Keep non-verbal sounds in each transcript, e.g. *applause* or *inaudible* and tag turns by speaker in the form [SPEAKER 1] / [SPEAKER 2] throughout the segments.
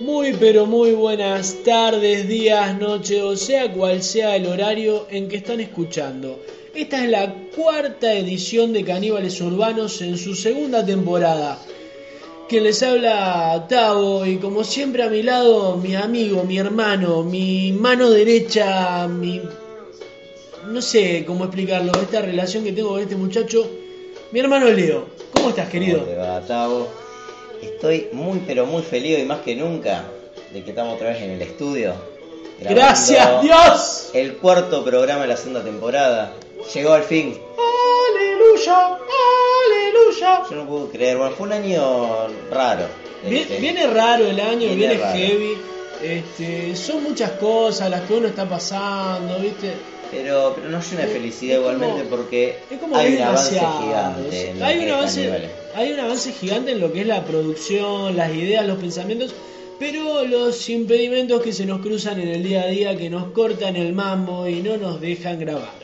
[SPEAKER 1] Muy, pero muy buenas tardes, días, noches, o sea cual sea el horario en que están escuchando. Esta es la cuarta edición de Caníbales Urbanos en su segunda temporada. Quien les habla, Tavo, y como siempre a mi lado, mi amigo, mi hermano, mi mano derecha, mi... No sé cómo explicarlo, esta relación que tengo con este muchacho, mi hermano Leo. ¿Cómo estás, querido?
[SPEAKER 2] ¿Cómo te va, Tavo? Estoy muy pero muy feliz y más que nunca de que estamos otra vez en el estudio. grabando
[SPEAKER 1] Gracias, Dios.
[SPEAKER 2] El cuarto programa de la segunda temporada. Llegó al fin.
[SPEAKER 1] Aleluya, aleluya.
[SPEAKER 2] Yo no puedo creer. Bueno, fue un año raro.
[SPEAKER 1] Vie-
[SPEAKER 2] Este,
[SPEAKER 1] Viene raro el año,
[SPEAKER 2] Viene
[SPEAKER 1] viene,
[SPEAKER 2] raro.
[SPEAKER 1] heavy. Este, son muchas cosas las que uno está pasando, ¿viste?
[SPEAKER 2] Pero, pero nos llena de felicidad
[SPEAKER 1] Es como-
[SPEAKER 2] igualmente porque
[SPEAKER 1] Es como que
[SPEAKER 2] hay
[SPEAKER 1] es
[SPEAKER 2] un avance
[SPEAKER 1] demasiado,
[SPEAKER 2] gigante. en este
[SPEAKER 1] ¿sí?
[SPEAKER 2] lo
[SPEAKER 1] Hay
[SPEAKER 2] que
[SPEAKER 1] un,
[SPEAKER 2] es
[SPEAKER 1] avance,
[SPEAKER 2] Caníbales.
[SPEAKER 1] hay un avance gigante en lo que es la producción, las ideas, los pensamientos, pero los impedimentos que se nos cruzan en el día a día, que nos cortan el mambo y no nos dejan grabar.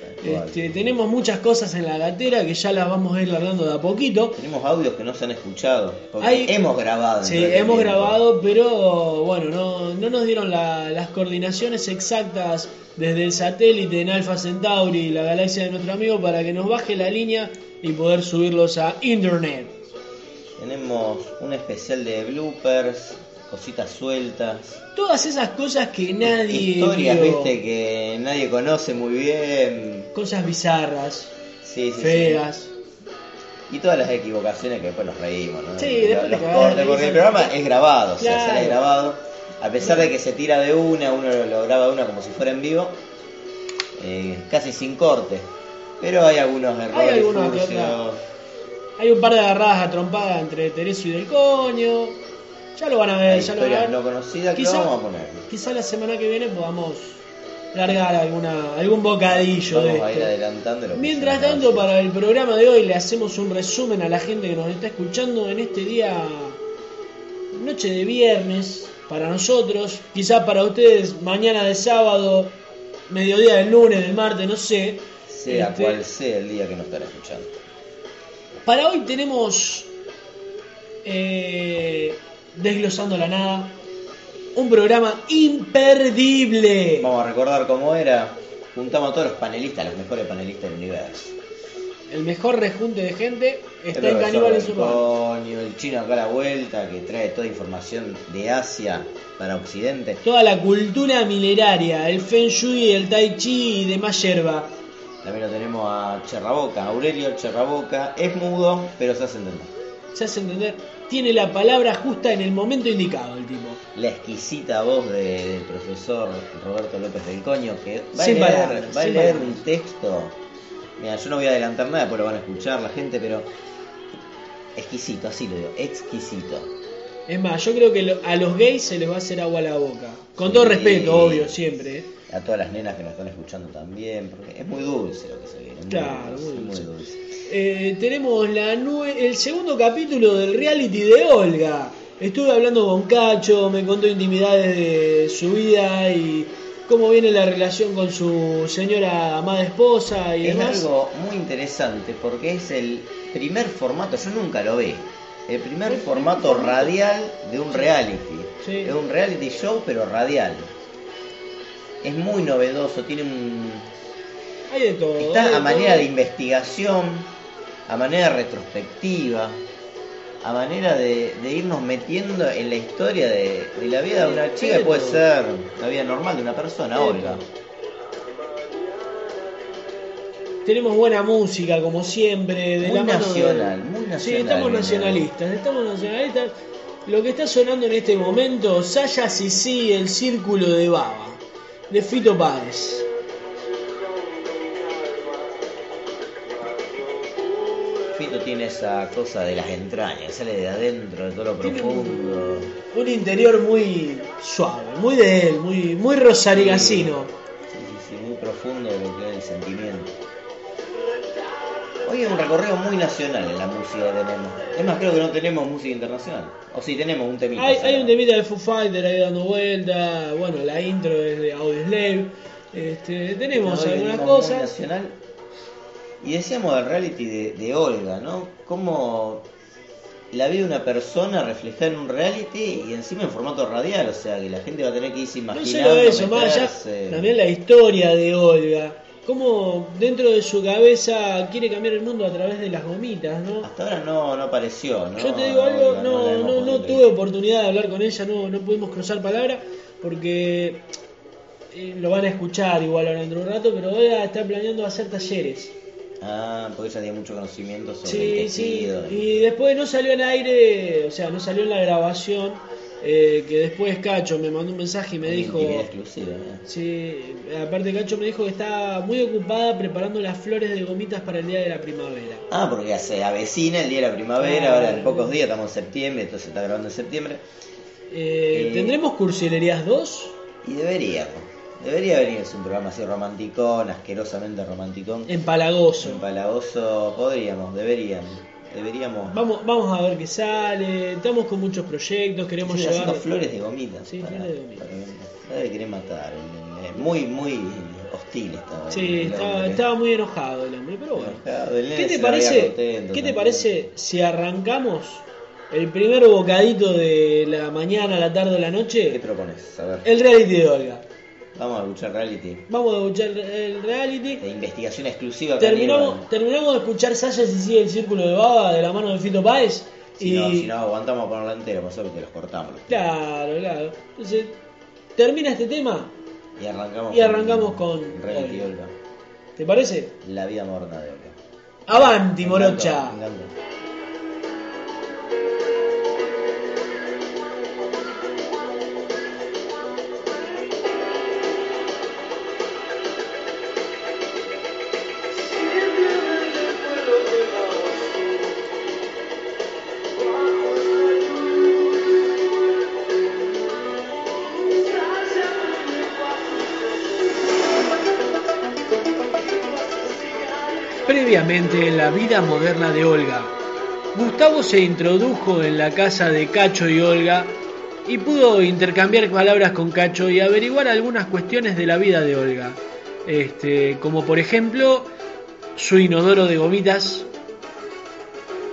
[SPEAKER 2] Tal cual.
[SPEAKER 1] Este, tenemos muchas cosas en la gatera que ya las vamos a ir largando de a poquito.
[SPEAKER 2] Tenemos audios que no se han escuchado. Porque
[SPEAKER 1] Hay-
[SPEAKER 2] hemos grabado.
[SPEAKER 1] Sí,
[SPEAKER 2] en todo el
[SPEAKER 1] hemos
[SPEAKER 2] tiempo.
[SPEAKER 1] grabado, pero bueno, no, no nos dieron la- las coordinaciones exactas desde el satélite en Alpha Centauri, la galaxia de nuestro amigo, para que nos baje la línea y poder subirlos a internet.
[SPEAKER 2] Tenemos un especial de bloopers, cositas sueltas.
[SPEAKER 1] Todas esas cosas que nadie.
[SPEAKER 2] Historias,
[SPEAKER 1] vio,
[SPEAKER 2] viste, que nadie conoce muy bien.
[SPEAKER 1] Cosas bizarras,
[SPEAKER 2] Sí, sí, sí.
[SPEAKER 1] feas.
[SPEAKER 2] Y todas las equivocaciones que después nos reímos, ¿no?
[SPEAKER 1] Sí, después
[SPEAKER 2] Los-
[SPEAKER 1] te
[SPEAKER 2] los
[SPEAKER 1] cagás,
[SPEAKER 2] cortes,
[SPEAKER 1] te
[SPEAKER 2] porque
[SPEAKER 1] dicen-
[SPEAKER 2] el programa es grabado, o sea,
[SPEAKER 1] Claro.
[SPEAKER 2] sale grabado. A pesar de que se tira de una, uno lo, lo graba de una como si fuera en vivo, eh, casi sin corte. Pero hay algunos errores,
[SPEAKER 1] algunos que
[SPEAKER 2] furcios.
[SPEAKER 1] otra. Hay un par de agarradas a trompada entre Tereso y Del Coño. Eh, Ya lo van a ver,
[SPEAKER 2] hay
[SPEAKER 1] ya lo van a
[SPEAKER 2] historias
[SPEAKER 1] ver.
[SPEAKER 2] no conocidas que
[SPEAKER 1] Quizá-
[SPEAKER 2] lo vamos a poner.
[SPEAKER 1] Quizá la semana que viene podamos largar alguna algún bocadillo de
[SPEAKER 2] Vamos a ir
[SPEAKER 1] esto.
[SPEAKER 2] adelantando lo que
[SPEAKER 1] Mientras
[SPEAKER 2] se nos
[SPEAKER 1] tanto,
[SPEAKER 2] hace.
[SPEAKER 1] para el programa de hoy le hacemos un resumen a la gente que nos está escuchando en este día, noche de viernes, para nosotros, quizá para ustedes mañana de sábado, mediodía del lunes, del martes, no sé.
[SPEAKER 2] Sea
[SPEAKER 1] Este,
[SPEAKER 2] cual sea el día que nos están escuchando.
[SPEAKER 1] Para hoy tenemos eh, Desglosando la Nada, un programa imperdible.
[SPEAKER 2] Vamos a recordar cómo era. Juntamos a todos los panelistas, los mejores panelistas del universo.
[SPEAKER 1] El mejor rejunte de gente está
[SPEAKER 2] El
[SPEAKER 1] en
[SPEAKER 2] profesor
[SPEAKER 1] Caníbales Urbanos.
[SPEAKER 2] Antonio, el chino acá a la vuelta, que trae toda información de Asia para Occidente.
[SPEAKER 1] Toda la cultura milenaria, el Feng Shui, el Tai Chi y demás yerba.
[SPEAKER 2] También lo tenemos a Cherraboca, Aurelio Cherraboca. Es mudo, pero se hace entender.
[SPEAKER 1] Se hace entender, tiene la palabra justa en el momento indicado el tipo.
[SPEAKER 2] La exquisita voz de- del profesor Roberto López del Coño, que va a
[SPEAKER 1] Sin
[SPEAKER 2] leer,
[SPEAKER 1] palabras,
[SPEAKER 2] va a
[SPEAKER 1] sin
[SPEAKER 2] leer
[SPEAKER 1] palabras.
[SPEAKER 2] un texto. Mira, yo no voy a adelantar nada, porque lo van a escuchar la gente, pero exquisito, así lo digo, exquisito.
[SPEAKER 1] Es más, yo creo que lo- a los gays se les va a hacer agua a la boca. Con todo
[SPEAKER 2] Sí.
[SPEAKER 1] respeto, obvio, siempre. ¿eh?
[SPEAKER 2] a todas las nenas que nos están escuchando también, porque es muy dulce lo que se viene. muy
[SPEAKER 1] Claro,
[SPEAKER 2] dulce,
[SPEAKER 1] muy
[SPEAKER 2] muy
[SPEAKER 1] dulce.
[SPEAKER 2] dulce.
[SPEAKER 1] Eh, tenemos la nue- el segundo capítulo del reality de Olga. Estuve hablando con Cacho, me contó intimidades de su vida y cómo viene la relación con su señora amada esposa y
[SPEAKER 2] Es
[SPEAKER 1] demás.
[SPEAKER 2] algo muy interesante porque es el primer formato, yo nunca lo vi, el primer formato radial de un reality.
[SPEAKER 1] Sí.
[SPEAKER 2] Es un reality show, pero radial. Es muy novedoso, tiene un...
[SPEAKER 1] Hay de todo. hay
[SPEAKER 2] Está a
[SPEAKER 1] todo.
[SPEAKER 2] manera de investigación, a manera retrospectiva, a manera de, de irnos metiendo en la historia de, de la vida de una chica que puede ser la vida normal de una persona, Olga.
[SPEAKER 1] Tenemos buena música, como siempre. De
[SPEAKER 2] Muy
[SPEAKER 1] la mano de-
[SPEAKER 2] nacional, muy nacional.
[SPEAKER 1] Sí, estamos
[SPEAKER 2] viene.
[SPEAKER 1] nacionalistas, estamos nacionalistas. Lo que está sonando en este momento, Saya Sisi, el círculo de baba, de Fito Páez.
[SPEAKER 2] Fito tiene esa cosa de las entrañas, sale de adentro, de todo lo
[SPEAKER 1] Tiene
[SPEAKER 2] profundo.
[SPEAKER 1] Un interior muy suave, muy de él, muy, muy rosarigacino.
[SPEAKER 2] Sí, sí, sí, muy profundo de lo que es el sentimiento. Hoy es un recorrido muy nacional en la música que tenemos. Es más, creo que no tenemos música internacional. O sí, tenemos un temita.
[SPEAKER 1] Hay, hay
[SPEAKER 2] ¿sabes?
[SPEAKER 1] un temita de Foo Fighter ahí dando vuelta, bueno, la intro es de Audioslave. Este, tenemos
[SPEAKER 2] Hoy
[SPEAKER 1] algunas
[SPEAKER 2] venimos muy
[SPEAKER 1] cosas.
[SPEAKER 2] Nacional. Y decíamos del reality de, de Olga, ¿no? Cómo la vida de una persona reflejada en un reality y encima en formato radial, o sea que la gente va a tener que irse
[SPEAKER 1] No
[SPEAKER 2] imaginando.
[SPEAKER 1] solo eso, más allá,
[SPEAKER 2] meterse.
[SPEAKER 1] también la historia de Olga. Cómo dentro de su cabeza quiere cambiar el mundo a través de las gomitas, ¿no?
[SPEAKER 2] Hasta ahora no, no apareció, Ah, ¿no?
[SPEAKER 1] Yo te digo algo,
[SPEAKER 2] la
[SPEAKER 1] no,
[SPEAKER 2] hemos
[SPEAKER 1] no, no
[SPEAKER 2] podido.
[SPEAKER 1] tuve oportunidad de hablar con ella, no, no pudimos cruzar palabras, porque eh, lo van a escuchar igual ahora dentro de un rato, pero Olga está planeando hacer talleres.
[SPEAKER 2] Ah, porque ella tiene mucho conocimiento sobre
[SPEAKER 1] Sí,
[SPEAKER 2] el
[SPEAKER 1] sí,
[SPEAKER 2] tejido.
[SPEAKER 1] y después no salió en aire, o sea, no salió en la grabación, eh, que después Cacho me mandó un mensaje y me
[SPEAKER 2] Una
[SPEAKER 1] dijo...
[SPEAKER 2] intimidad exclusiva, ¿eh?
[SPEAKER 1] Sí, aparte Cacho me dijo que está muy ocupada preparando las flores de gomitas para el día de la primavera.
[SPEAKER 2] Ah, porque ya se avecina el día de la primavera,
[SPEAKER 1] Ah,
[SPEAKER 2] ahora en
[SPEAKER 1] bien.
[SPEAKER 2] pocos días, estamos en septiembre, entonces está grabando en septiembre.
[SPEAKER 1] Eh,
[SPEAKER 2] Eh.
[SPEAKER 1] ¿Tendremos cursilerías 2?
[SPEAKER 2] Y deberíamos, debería venirse un programa así romanticón, asquerosamente romanticón.
[SPEAKER 1] En Palagoso.
[SPEAKER 2] Un palagoso, podríamos, deberíamos, deberíamos.
[SPEAKER 1] Vamos, vamos a ver qué sale. Estamos con muchos proyectos, queremos
[SPEAKER 2] Estoy
[SPEAKER 1] llevar.
[SPEAKER 2] haciendo flores de gomita.
[SPEAKER 1] Sí,
[SPEAKER 2] para-
[SPEAKER 1] flores de gomita.
[SPEAKER 2] para- nadie quiere matar. Es Muy, muy hostil estaba. el-
[SPEAKER 1] Sí,
[SPEAKER 2] el
[SPEAKER 1] estaba,
[SPEAKER 2] hombre.
[SPEAKER 1] estaba muy enojado el hombre, pero bueno.
[SPEAKER 2] Enojado, el nene
[SPEAKER 1] ¿Qué
[SPEAKER 2] se
[SPEAKER 1] te
[SPEAKER 2] lo veía
[SPEAKER 1] parece?
[SPEAKER 2] contento
[SPEAKER 1] ¿Qué te
[SPEAKER 2] también.
[SPEAKER 1] parece si arrancamos el primer bocadito de la mañana, la tarde o la
[SPEAKER 2] ¿Qué
[SPEAKER 1] noche?
[SPEAKER 2] propones? A ver,
[SPEAKER 1] El reality de Olga.
[SPEAKER 2] vamos a escuchar reality.
[SPEAKER 1] Vamos a escuchar el reality.
[SPEAKER 2] De investigación exclusiva. acá en
[SPEAKER 1] Terminamos,
[SPEAKER 2] Irvine.
[SPEAKER 1] terminamos de escuchar Sasha si sigue el círculo de baba de la mano de Fito Páez.
[SPEAKER 2] Si,
[SPEAKER 1] y...
[SPEAKER 2] no, si no aguantamos a ponerla entera, pasó que te los cortamos. los temas.
[SPEAKER 1] Claro, claro. Entonces, termina este tema,
[SPEAKER 2] Y arrancamos,
[SPEAKER 1] Y arrancamos con-
[SPEAKER 2] Reality
[SPEAKER 1] con-
[SPEAKER 2] Olga.
[SPEAKER 1] ¿te parece?
[SPEAKER 2] La vida morna de Olga.
[SPEAKER 1] Avanti,
[SPEAKER 2] Me
[SPEAKER 1] morocha.
[SPEAKER 2] encantó, me encantó.
[SPEAKER 3] Siempre me lo de la bajo la lluvia. Ya se me
[SPEAKER 1] Previamente en la vida moderna de Olga, Gustavo se introdujo en la casa de Cacho y Olga y pudo intercambiar palabras con Cacho y averiguar algunas cuestiones de la vida de Olga. Este, como por ejemplo, su inodoro de gomitas,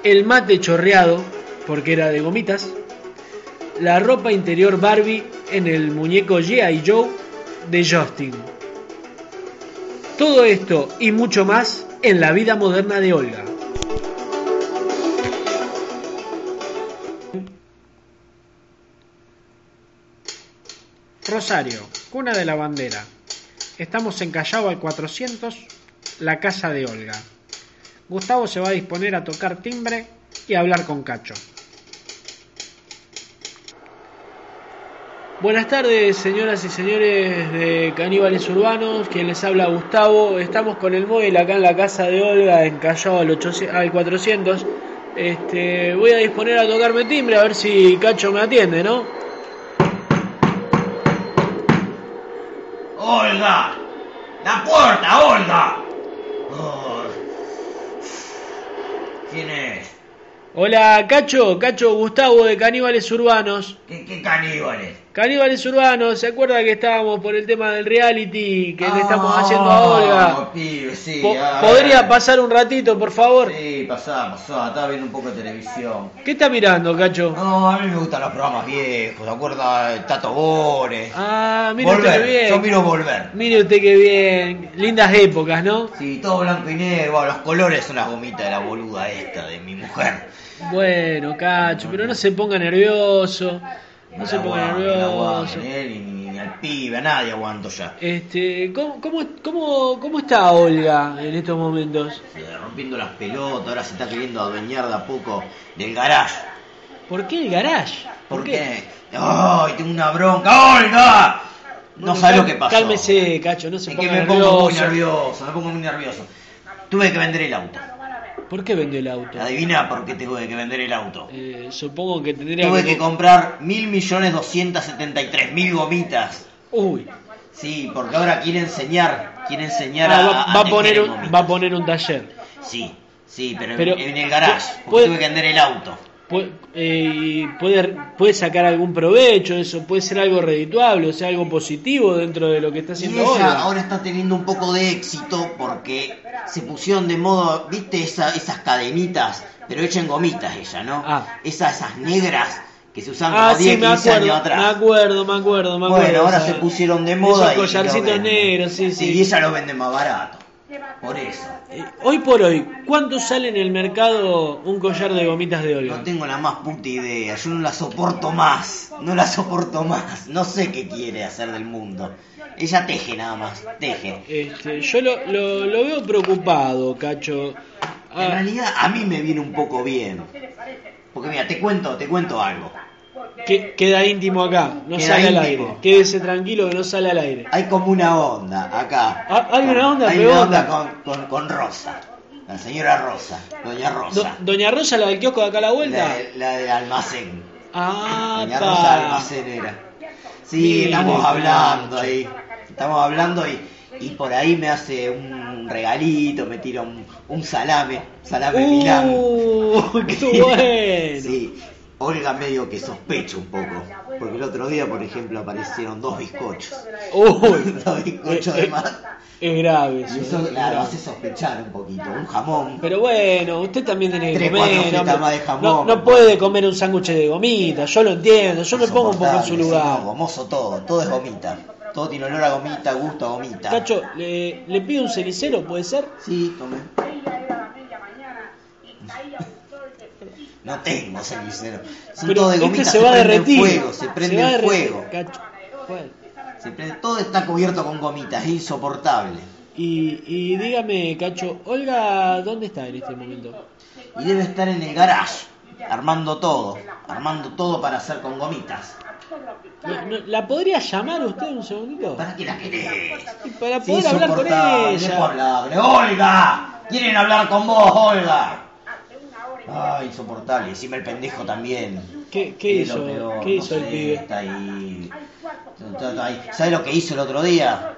[SPEAKER 1] el mate chorreado, porque era de gomitas, la ropa interior Barbie en el muñeco G.I. Joe de Justin. Todo esto y mucho más en la vida moderna de Olga. Rosario, cuna de la bandera. Estamos en Callao al 400, la casa de Olga. Gustavo se va a disponer a tocar timbre y a hablar con Cacho. Buenas tardes, señoras y señores de Caníbales Urbanos. Quien les habla, Gustavo. Estamos con el móvil acá en la casa de Olga, en Callao al, 800 al 400. Este, voy a disponer a tocarme timbre a ver si Cacho me atiende, ¿no?
[SPEAKER 2] ¡Olga! ¡La puerta, Olga! Oh. ¿Quién es?
[SPEAKER 1] Hola, Cacho. Cacho Gustavo de Caníbales Urbanos.
[SPEAKER 2] ¿Qué, qué caníbales?
[SPEAKER 1] Caníbales Urbanos, ¿se acuerda que estábamos por el tema del reality que le estamos
[SPEAKER 2] Ah,
[SPEAKER 1] haciendo a Olga?
[SPEAKER 2] pibe, sí,
[SPEAKER 1] Po-
[SPEAKER 2] a ver.
[SPEAKER 1] ¿Podría pasar un ratito, por favor?
[SPEAKER 2] Sí, pasá, pasá. Estaba viendo un poco de televisión.
[SPEAKER 1] ¿Qué está mirando, Cacho?
[SPEAKER 2] No, a mí me gustan los programas viejos, ¿se acuerda? Tato Bores.
[SPEAKER 1] Ah, mire usted
[SPEAKER 2] volver,
[SPEAKER 1] qué bien.
[SPEAKER 2] yo miro volver.
[SPEAKER 1] Mire usted qué bien. Lindas épocas, ¿no?
[SPEAKER 2] Sí, todo blanco y negro, bueno, los colores son las gomitas de la boluda esta, de mi mujer.
[SPEAKER 1] Bueno, Cacho, pero no se ponga nervioso. No se
[SPEAKER 2] la
[SPEAKER 1] ponga
[SPEAKER 2] aguanto, no la
[SPEAKER 1] nervioso.
[SPEAKER 2] aguanto, ni él, ni, ni al pibe, a nadie aguanto ya.
[SPEAKER 1] Este, ¿cómo, cómo, cómo, cómo está Olga en estos momentos?
[SPEAKER 2] Eh, rompiendo las pelotas, ahora se está queriendo adueñar de a poco del garaje.
[SPEAKER 1] ¿Por qué el garage?
[SPEAKER 2] ¿Por qué? ¡Ay, tengo una bronca! ¡Olga! No
[SPEAKER 1] Bueno,
[SPEAKER 2] sabes lo
[SPEAKER 1] cal-
[SPEAKER 2] que pasó.
[SPEAKER 1] Cálmese, Cacho, no
[SPEAKER 2] Es
[SPEAKER 1] se
[SPEAKER 2] que
[SPEAKER 1] ponga
[SPEAKER 2] me
[SPEAKER 1] nervioso.
[SPEAKER 2] pongo muy nervioso, me pongo muy nervioso. Tuve que vender el auto.
[SPEAKER 1] ¿Por qué vendió el auto?
[SPEAKER 2] Adivina por qué tuve que vender el auto.
[SPEAKER 1] Eh, supongo que tendría
[SPEAKER 2] Tuve que comprar mil millones doscientas setenta y tres mil gomitas.
[SPEAKER 1] Uy,
[SPEAKER 2] Sí, porque ahora quiere enseñar, quiere enseñar
[SPEAKER 1] Ah,
[SPEAKER 2] a,
[SPEAKER 1] va, va a
[SPEAKER 2] tejer
[SPEAKER 1] poner un,
[SPEAKER 2] gomitas.
[SPEAKER 1] va a poner un taller.
[SPEAKER 2] Sí, sí, pero, en-
[SPEAKER 1] Pero-
[SPEAKER 2] en, el garage, porque
[SPEAKER 1] puede-
[SPEAKER 2] tuve que vender el auto.
[SPEAKER 1] Pu- eh, y puede, puede sacar algún provecho de eso, puede ser algo redituable, o sea, algo positivo dentro de lo que está
[SPEAKER 2] Y
[SPEAKER 1] haciendo
[SPEAKER 2] ella
[SPEAKER 1] Olga.
[SPEAKER 2] ahora está teniendo un poco de éxito porque se pusieron de moda, ¿viste esa- esas cadenitas pero hecha en gomitas ella, ¿no?
[SPEAKER 1] Ah.
[SPEAKER 2] Esas, esas negras que se usaban
[SPEAKER 1] Ah,
[SPEAKER 2] como 10,
[SPEAKER 1] sí, me
[SPEAKER 2] 15
[SPEAKER 1] acuerdo, me
[SPEAKER 2] años atrás.
[SPEAKER 1] acuerdo, me acuerdo, me acuerdo.
[SPEAKER 2] Bueno, ahora
[SPEAKER 1] o
[SPEAKER 2] se
[SPEAKER 1] sea,
[SPEAKER 2] pusieron de
[SPEAKER 1] esos
[SPEAKER 2] moda. y lo
[SPEAKER 1] collarcitos
[SPEAKER 2] venden.
[SPEAKER 1] negros, sí,
[SPEAKER 2] Y
[SPEAKER 1] sí.
[SPEAKER 2] ella lo vende más barato. Por eso.
[SPEAKER 1] Eh, Hoy por hoy, ¿cuánto sale en el mercado un collar de gomitas de
[SPEAKER 2] No
[SPEAKER 1] Olga?
[SPEAKER 2] tengo la más puta idea. Yo no la soporto más. No la soporto más. No sé qué quiere hacer del mundo. Ella teje nada más. Teje.
[SPEAKER 1] Este, yo lo, lo- lo veo preocupado, Cacho. Ah,
[SPEAKER 2] En realidad a mí me viene un poco bien. Porque mira, te cuento, te cuento algo.
[SPEAKER 1] que- queda íntimo acá, no
[SPEAKER 2] Queda
[SPEAKER 1] sale al
[SPEAKER 2] íntimo.
[SPEAKER 1] aire. Quédese tranquilo que no sale al aire.
[SPEAKER 2] Hay como una onda acá.
[SPEAKER 1] Ah, hay una onda,
[SPEAKER 2] Hay
[SPEAKER 1] pero
[SPEAKER 2] una
[SPEAKER 1] onda.
[SPEAKER 2] onda con, con- con Rosa. La señora Rosa. Doña
[SPEAKER 1] Do-
[SPEAKER 2] Rosa.
[SPEAKER 1] Doña Rosa, la del kiosco de acá a la
[SPEAKER 2] La,
[SPEAKER 1] vuelta.
[SPEAKER 2] de- la del almacén.
[SPEAKER 1] Ah,
[SPEAKER 2] Doña Rosa
[SPEAKER 1] pa.
[SPEAKER 2] almacenera. Sí,
[SPEAKER 1] Mire,
[SPEAKER 2] estamos
[SPEAKER 1] claro.
[SPEAKER 2] hablando ahí. Estamos hablando y, y por ahí me hace un regalito, me tira un, un salame, salame Milán. *laughs*
[SPEAKER 1] Uh, qué bueno.
[SPEAKER 2] Sí, Olga medio que sospecha un poco. Porque el otro día, por ejemplo, aparecieron dos bizcochos.
[SPEAKER 1] Uy,
[SPEAKER 2] *laughs*
[SPEAKER 1] Eh,
[SPEAKER 2] dos bizcochos de más.
[SPEAKER 1] es grave
[SPEAKER 2] Y
[SPEAKER 1] eso.
[SPEAKER 2] eso,
[SPEAKER 1] es
[SPEAKER 2] claro,
[SPEAKER 1] grave.
[SPEAKER 2] hace sospechar un poquito. Un jamón.
[SPEAKER 1] Pero bueno, usted también tiene que
[SPEAKER 2] Tres, cuatro
[SPEAKER 1] comer.
[SPEAKER 2] fritas
[SPEAKER 1] hombre.
[SPEAKER 2] más de jamón.
[SPEAKER 1] no, no puede comer un sándwich de gomita, yo lo entiendo, yo me pongo un poco en su
[SPEAKER 2] Insoportable,
[SPEAKER 1] lugar.
[SPEAKER 2] sí, no, gomoso todo, todo es gomita. Todo tiene olor a gomita, gusto a gomita.
[SPEAKER 1] Cacho, ¿le, le pido un cenicero, puede ser?
[SPEAKER 2] Sí, tomé. No tengo cenicero. Son todo de gomita,
[SPEAKER 1] este se va a
[SPEAKER 2] prende en
[SPEAKER 1] derretir.
[SPEAKER 2] fuego, se prende
[SPEAKER 1] va a
[SPEAKER 2] en
[SPEAKER 1] derretir,
[SPEAKER 2] fuego.
[SPEAKER 1] Cacho. Bueno,
[SPEAKER 2] Se prende- todo está cubierto con gomitas, es insoportable.
[SPEAKER 1] Y, y dígame, Cacho, Olga, ¿dónde está en este momento?
[SPEAKER 2] Y debe estar en el garage, armando todo, armando todo para hacer con gomitas.
[SPEAKER 1] No- no- ¿La podría llamar usted un segundito?
[SPEAKER 2] ¿Para qué la querés?
[SPEAKER 1] Y Para
[SPEAKER 2] Es
[SPEAKER 1] poder hablar con
[SPEAKER 2] insoportable, dejo
[SPEAKER 1] ella.
[SPEAKER 2] hablarle. ¡Olga! ¡Quieren hablar con vos, Olga! Ah, insoportable. Encima el pendejo también.
[SPEAKER 1] ¿Qué, qué
[SPEAKER 2] Es lo
[SPEAKER 1] hizo?
[SPEAKER 2] peor,
[SPEAKER 1] ¿Qué
[SPEAKER 2] no
[SPEAKER 1] hizo el
[SPEAKER 2] sé,
[SPEAKER 1] pibe?
[SPEAKER 2] Está ahí. Está- está ahí. ¿Sabes lo que hizo el otro día?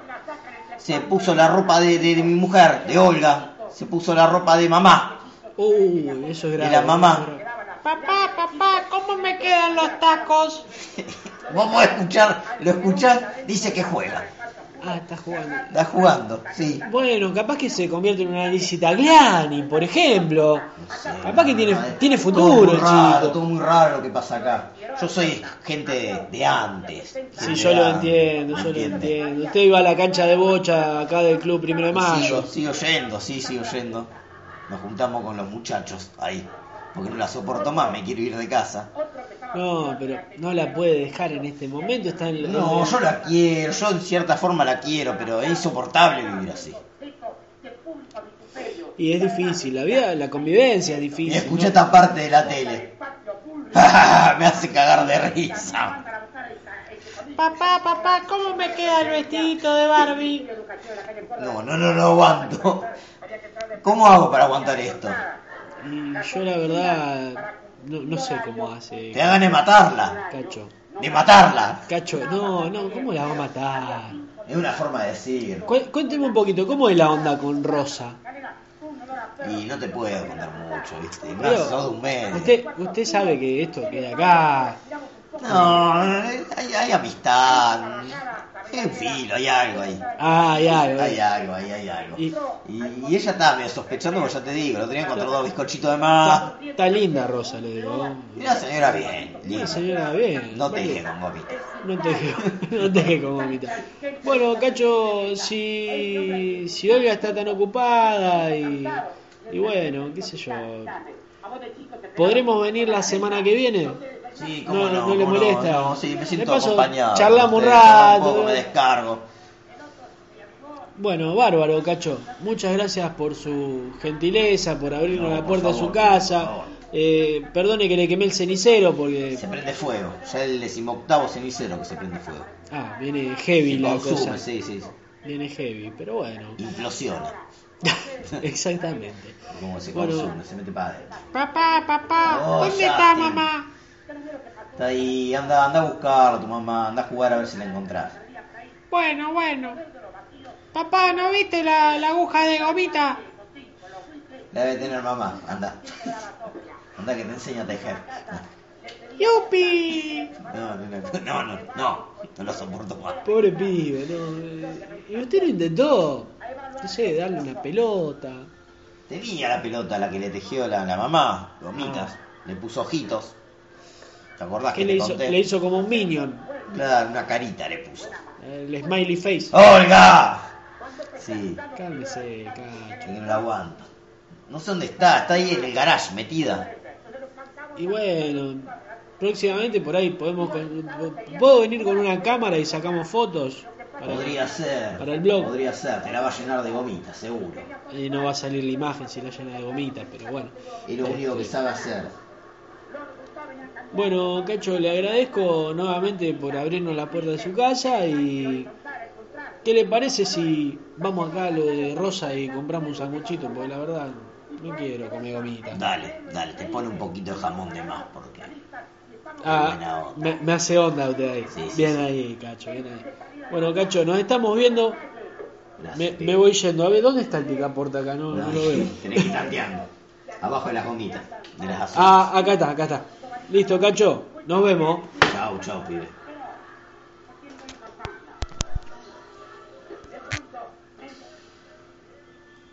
[SPEAKER 2] Se puso la ropa de, de- de mi mujer, de Olga. Se puso la ropa de mamá.
[SPEAKER 1] Uy, eso es grave.
[SPEAKER 2] la mamá.
[SPEAKER 1] eso es grave. Papá, papá, ¿cómo me quedan los tacos?
[SPEAKER 2] Vos podés escuchar, lo escuchás, dice que juega.
[SPEAKER 1] Ah, está jugando.
[SPEAKER 2] Está jugando, sí.
[SPEAKER 1] Bueno, capaz que se convierte en una Lisita Glani, por ejemplo. Capaz que tiene,
[SPEAKER 2] Madre,
[SPEAKER 1] tiene
[SPEAKER 2] todo
[SPEAKER 1] futuro
[SPEAKER 2] muy
[SPEAKER 1] el
[SPEAKER 2] raro, Todo
[SPEAKER 1] chico.
[SPEAKER 2] muy raro lo que pasa acá. Yo soy gente de, de antes.
[SPEAKER 1] Sí,
[SPEAKER 2] gente
[SPEAKER 1] yo
[SPEAKER 2] de
[SPEAKER 1] lo
[SPEAKER 2] antes,
[SPEAKER 1] entiendo, yo
[SPEAKER 2] ¿me
[SPEAKER 1] lo
[SPEAKER 2] entiendes?
[SPEAKER 1] entiendo. Usted iba a la cancha de bocha acá del club Primero de Mayo.
[SPEAKER 2] Sigo, sigo yendo, sí, sigo yendo. Nos juntamos con los muchachos ahí. Porque no la soporto más, me quiero ir de casa.
[SPEAKER 1] No, pero no la puede dejar en este momento. Está en la-
[SPEAKER 2] No, yo la quiero, yo en cierta forma la quiero, pero es insoportable vivir así.
[SPEAKER 1] Y es difícil, la vida, la convivencia es
[SPEAKER 2] Y
[SPEAKER 1] difícil.
[SPEAKER 2] escuché
[SPEAKER 1] ¿no?
[SPEAKER 2] esta parte de la tele. *laughs* me hace cagar de risa.
[SPEAKER 1] Papá, papá, ¿cómo me queda el vestidito de Barbie?
[SPEAKER 2] No, no, no, no aguanto. ¿Cómo hago para aguantar esto?
[SPEAKER 1] Y yo la verdad no, no sé cómo hace
[SPEAKER 2] Te dan ganas de matarla.
[SPEAKER 1] Cacho.
[SPEAKER 2] De matarla.
[SPEAKER 1] Cacho, no, no, ¿cómo la va a matar?
[SPEAKER 2] Es una forma de decir.
[SPEAKER 1] Cu- cuénteme un poquito, ¿cómo es la onda con Rosa?
[SPEAKER 2] Y no te puedo contar mucho, ¿viste? Más
[SPEAKER 1] Pero,
[SPEAKER 2] sos de un medio.
[SPEAKER 1] usted, usted sabe que esto queda acá.
[SPEAKER 2] No, hay, hay amistad. En filo, hay algo ahí.
[SPEAKER 1] Ah, ya, ya.
[SPEAKER 2] Hay algo, ahí hay algo.
[SPEAKER 1] Y-
[SPEAKER 2] Y, y ella estaba medio sospechando, porque ya te digo, lo tenía encontrado dos bizcochitos de más.
[SPEAKER 1] Está, está linda Rosa, le digo.
[SPEAKER 2] Y la señora bien,
[SPEAKER 1] La
[SPEAKER 2] linda.
[SPEAKER 1] señora, bien.
[SPEAKER 2] No te dije con gomita.
[SPEAKER 1] No te deje, no te deje con gomita. Bueno, Cacho, si, si Olga está tan ocupada y, y bueno, qué sé yo. ¿Podremos venir la semana que viene?
[SPEAKER 2] Sí,
[SPEAKER 1] No,
[SPEAKER 2] cómo no,
[SPEAKER 1] no le
[SPEAKER 2] cómo
[SPEAKER 1] molesta.
[SPEAKER 2] No, sí, me
[SPEAKER 1] De
[SPEAKER 2] siento
[SPEAKER 1] paso,
[SPEAKER 2] acompañado.
[SPEAKER 1] charlamos
[SPEAKER 2] Ustedes,
[SPEAKER 1] un rato.
[SPEAKER 2] un poco me descargo.
[SPEAKER 1] Bueno, bárbaro, Cacho. Muchas gracias por su gentileza, por abrirnos
[SPEAKER 2] No,
[SPEAKER 1] la
[SPEAKER 2] por
[SPEAKER 1] puerta de su
[SPEAKER 2] favor, por
[SPEAKER 1] casa.
[SPEAKER 2] favor.
[SPEAKER 1] Eh, perdone que le quemé el cenicero porque...
[SPEAKER 2] Se prende fuego. Ya el decimoctavo cenicero que se prende fuego.
[SPEAKER 1] Ah, viene heavy
[SPEAKER 2] Se
[SPEAKER 1] la
[SPEAKER 2] consume,
[SPEAKER 1] cosa.
[SPEAKER 2] sí, sí.
[SPEAKER 1] Viene heavy, pero bueno.
[SPEAKER 2] Implosiona.
[SPEAKER 1] *laughs* Exactamente.
[SPEAKER 2] Como se
[SPEAKER 1] Bueno.
[SPEAKER 2] consume, se mete para adentro.
[SPEAKER 1] Papá, papá,
[SPEAKER 2] No,
[SPEAKER 1] ¿dónde
[SPEAKER 2] ya,
[SPEAKER 1] está
[SPEAKER 2] sí.
[SPEAKER 1] mamá?
[SPEAKER 2] Está ahí, anda, anda a buscarla tu mamá, anda a jugar a ver si la encontrás.
[SPEAKER 1] Bueno, bueno. Papá, ¿no viste la, la aguja de gomita?
[SPEAKER 2] La debe tener mamá, anda. Anda que te enseña a tejer.
[SPEAKER 1] ¡Yupi!
[SPEAKER 2] No, no, no, no, no, no, no lo soporto más.
[SPEAKER 1] Pobre pibe, no. eh, Y usted lo intentó. No sé, darle una pelota.
[SPEAKER 2] Tenía la pelota la que le tejió la, la mamá, gomitas. Le puso ojitos. ¿Te acordás
[SPEAKER 1] Ah. ¿Qué
[SPEAKER 2] que
[SPEAKER 1] le
[SPEAKER 2] te
[SPEAKER 1] hizo?
[SPEAKER 2] conté?
[SPEAKER 1] Le hizo como un minion.
[SPEAKER 2] Claro, una carita le puso.
[SPEAKER 1] El smiley face.
[SPEAKER 2] ¡Olga! Sí,
[SPEAKER 1] Cálmese, cacho.
[SPEAKER 2] que no la aguanto. No sé dónde está, está ahí en el garage metida.
[SPEAKER 1] Y bueno, próximamente por ahí podemos. con- ¿Puedo venir con una cámara y sacamos fotos? Para-
[SPEAKER 2] Podría ser.
[SPEAKER 1] para el blog.
[SPEAKER 2] Podría ser, te la va a llenar de gomitas, seguro.
[SPEAKER 1] Y eh, no va a salir la imagen si la llena de gomitas, pero bueno.
[SPEAKER 2] Es lo único que
[SPEAKER 1] Este,
[SPEAKER 2] sabe hacer.
[SPEAKER 1] Bueno, Cacho, le agradezco nuevamente por abrirnos la puerta de su casa y... ¿Qué le parece si vamos acá a lo de Rosa y compramos un sanguchito? Porque la verdad, no quiero comer gomita.
[SPEAKER 2] Dale, dale, te pone un poquito de jamón de más porque. buena
[SPEAKER 1] Ah,
[SPEAKER 2] onda.
[SPEAKER 1] me, me hace onda usted ahí.
[SPEAKER 2] Sí, sí,
[SPEAKER 1] Bien
[SPEAKER 2] sí.
[SPEAKER 1] ahí, Cacho, bien ahí. Bueno, Cacho, nos estamos viendo. Me,
[SPEAKER 2] Gracias,
[SPEAKER 1] me voy yendo. A ver, ¿dónde está el picaporte acá? No, no
[SPEAKER 2] Ay,
[SPEAKER 1] lo veo.
[SPEAKER 2] Tenés que ir tanteando. Abajo de las gomitas. De las azules.
[SPEAKER 1] Ah, acá está, acá está. Listo, Cacho, nos vemos.
[SPEAKER 2] Chau, chau, pibe.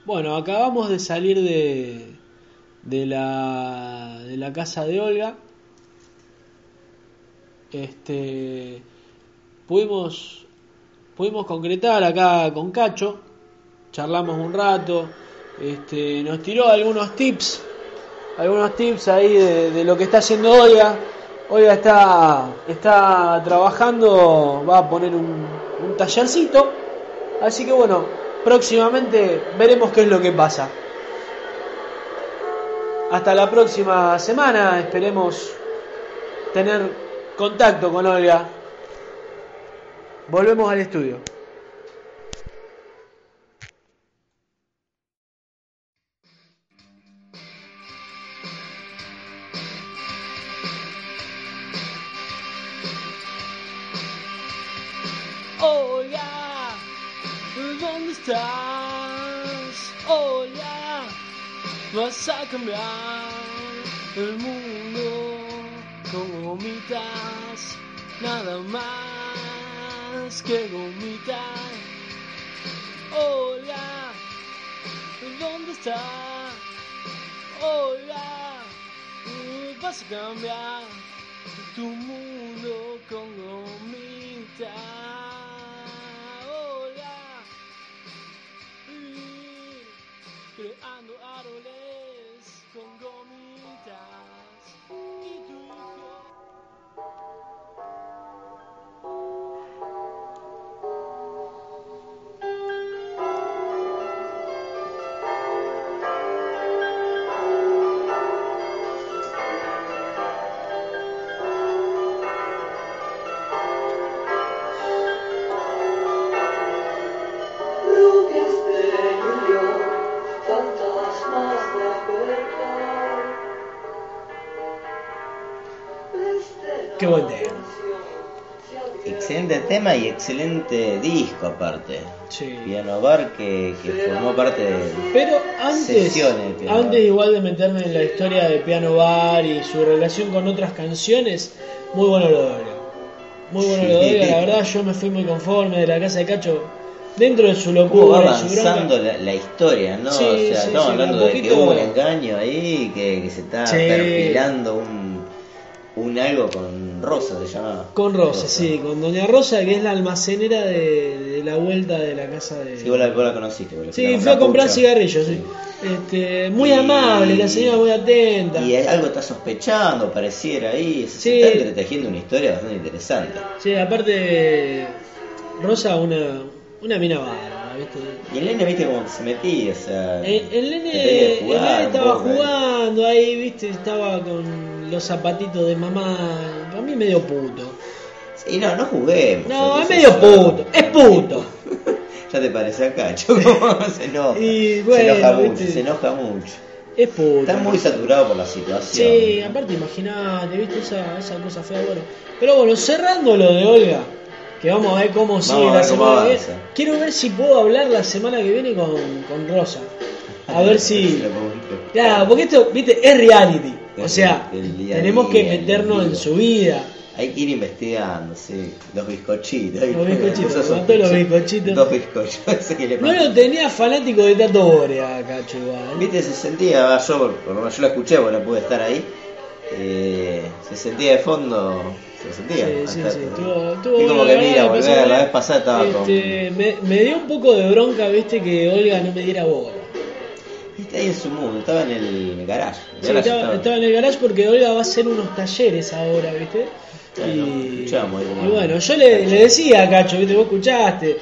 [SPEAKER 1] Bueno, acabamos de salir de, de, la, de la casa de Olga. Este, pudimos, pudimos concretar acá con Cacho. Charlamos un rato. Este, nos tiró algunos tips. Algunos tips ahí de, de lo que está haciendo Olga. Olga está, está trabajando, va a poner un, un tallercito. Así que bueno, próximamente veremos qué es lo que pasa. Hasta la próxima semana, esperemos tener contacto con Olga. Volvemos al estudio. Olga, ¿dónde estás? Olga, vas a cambiar el mundo con gomitas, nada más que gomitas. Olga, ¿dónde estás? Olga, vas a cambiar tu mundo con gomita. Hola, Y creando árboles con gomitas. Y tu hijo.
[SPEAKER 4] Lubias de julio, fantasmas de verdad.
[SPEAKER 1] Qué buen tema.
[SPEAKER 2] Excelente tema y excelente disco aparte.
[SPEAKER 1] Sí.
[SPEAKER 2] Piano Bar que, que formó parte de...
[SPEAKER 1] Pero antes,
[SPEAKER 2] Sesiones, piano bar.
[SPEAKER 1] antes igual de meterme en la historia de Piano Bar y su relación con otras canciones, muy bueno lo de Olga. Muy bueno lo de Olga, la verdad yo me fui muy conforme de la casa de Cacho. Dentro de su
[SPEAKER 2] Cómo va
[SPEAKER 1] locura, y su bronca,
[SPEAKER 2] avanzando la, la historia, ¿no?
[SPEAKER 1] Sí,
[SPEAKER 2] o sea,
[SPEAKER 1] sí, sí,
[SPEAKER 2] estamos
[SPEAKER 1] de
[SPEAKER 2] hablando
[SPEAKER 1] a
[SPEAKER 2] de que
[SPEAKER 1] poquito-
[SPEAKER 2] hubo un engaño ahí, que, que se está
[SPEAKER 1] Sí.
[SPEAKER 2] perfilando un, un algo con Rosa, se llamaba.
[SPEAKER 1] Con Rosa, sí, con Doña Rosa, que es la almacenera de, de la vuelta de la casa de.
[SPEAKER 2] Sí, vos la, vos la conociste. vos la
[SPEAKER 1] Sí,
[SPEAKER 2] fuiste
[SPEAKER 1] fui a comprar
[SPEAKER 2] Mapucho.
[SPEAKER 1] cigarrillos, sí. Este, muy
[SPEAKER 2] Y-
[SPEAKER 1] amable, la señora muy atenta.
[SPEAKER 2] Y algo está sospechando, pareciera ahí. Se
[SPEAKER 1] Sí.
[SPEAKER 2] está entretejiendo una historia bastante interesante.
[SPEAKER 1] Sí, aparte, Rosa, una, una mina bárbara, ¿viste?
[SPEAKER 2] Y el nene, viste cómo se metía, o sea.
[SPEAKER 1] El, el
[SPEAKER 2] te
[SPEAKER 1] nene,
[SPEAKER 2] pedía
[SPEAKER 1] el
[SPEAKER 2] jugar
[SPEAKER 1] nene
[SPEAKER 2] un
[SPEAKER 1] estaba
[SPEAKER 2] poco, ¿eh?
[SPEAKER 1] jugando ahí, ¿viste? Estaba con los zapatitos de mamá. A mí medio puto.
[SPEAKER 2] Sí, no, no juguemos.
[SPEAKER 1] No,
[SPEAKER 2] o sea,
[SPEAKER 1] es
[SPEAKER 2] qué
[SPEAKER 1] medio
[SPEAKER 2] sé yo.
[SPEAKER 1] puto,
[SPEAKER 2] *laughs*
[SPEAKER 1] es puto.
[SPEAKER 2] ya te parece a *laughs* Cacho, cómo se enoja.
[SPEAKER 1] Y bueno,
[SPEAKER 2] se enoja mucho,
[SPEAKER 1] viste.
[SPEAKER 2] se enoja mucho.
[SPEAKER 1] Es puto.
[SPEAKER 2] Está muy saturado por la situación.
[SPEAKER 1] Sí, aparte imaginate, viste esa, esa cosa fea, bueno. Pero bueno, cerrando lo de Olga, que vamos a ver cómo sigue
[SPEAKER 2] a
[SPEAKER 1] la
[SPEAKER 2] ver cómo
[SPEAKER 1] semana que viene.
[SPEAKER 2] avanza.
[SPEAKER 1] Quiero ver si puedo hablar la semana que viene con, con Rosa. A
[SPEAKER 2] *laughs*
[SPEAKER 1] ver si.
[SPEAKER 2] Lo publico.
[SPEAKER 1] Claro, porque esto, viste, es reality. O
[SPEAKER 2] Es
[SPEAKER 1] sea,
[SPEAKER 2] el- el día a
[SPEAKER 1] tenemos
[SPEAKER 2] día,
[SPEAKER 1] que
[SPEAKER 2] el
[SPEAKER 1] meternos en
[SPEAKER 2] vivo.
[SPEAKER 1] su vida.
[SPEAKER 2] Hay que ir investigando, sí. Los bizcochitos.
[SPEAKER 1] Los bizcochitos,
[SPEAKER 2] Puso sus
[SPEAKER 1] levantó los
[SPEAKER 2] bizcochitos.
[SPEAKER 1] bizcochitos.
[SPEAKER 2] Dos bizcochos. *laughs* ese que le
[SPEAKER 1] No
[SPEAKER 2] mandó.
[SPEAKER 1] lo tenía fanático de Tato Borea, Cacho, igual.
[SPEAKER 2] Viste, se sentía, va, yo, por- por lo menos yo la escuché porque no pude estar ahí. Eh, se sentía de fondo, se sentía.
[SPEAKER 1] Sí, sí,
[SPEAKER 2] bastante.
[SPEAKER 1] sí, estuvo- estuvo
[SPEAKER 2] Y como
[SPEAKER 1] bueno,
[SPEAKER 2] que
[SPEAKER 1] la
[SPEAKER 2] mira,
[SPEAKER 1] verdad,
[SPEAKER 2] volver, la
[SPEAKER 1] pasó
[SPEAKER 2] vez pasada estaba
[SPEAKER 1] Este, me, me dio un poco de bronca, viste, que Olga no me diera bola.
[SPEAKER 2] con. Viste ahí en su mundo, estaba en el garage. el
[SPEAKER 1] Sí,
[SPEAKER 2] garage
[SPEAKER 1] estaba, estaba en el garage porque Olga va a hacer unos talleres ahora, viste.
[SPEAKER 2] Claro,
[SPEAKER 1] y,
[SPEAKER 2] escuchamos ahí como-
[SPEAKER 1] y bueno, yo le, le decía a Cacho, viste, vos escuchaste.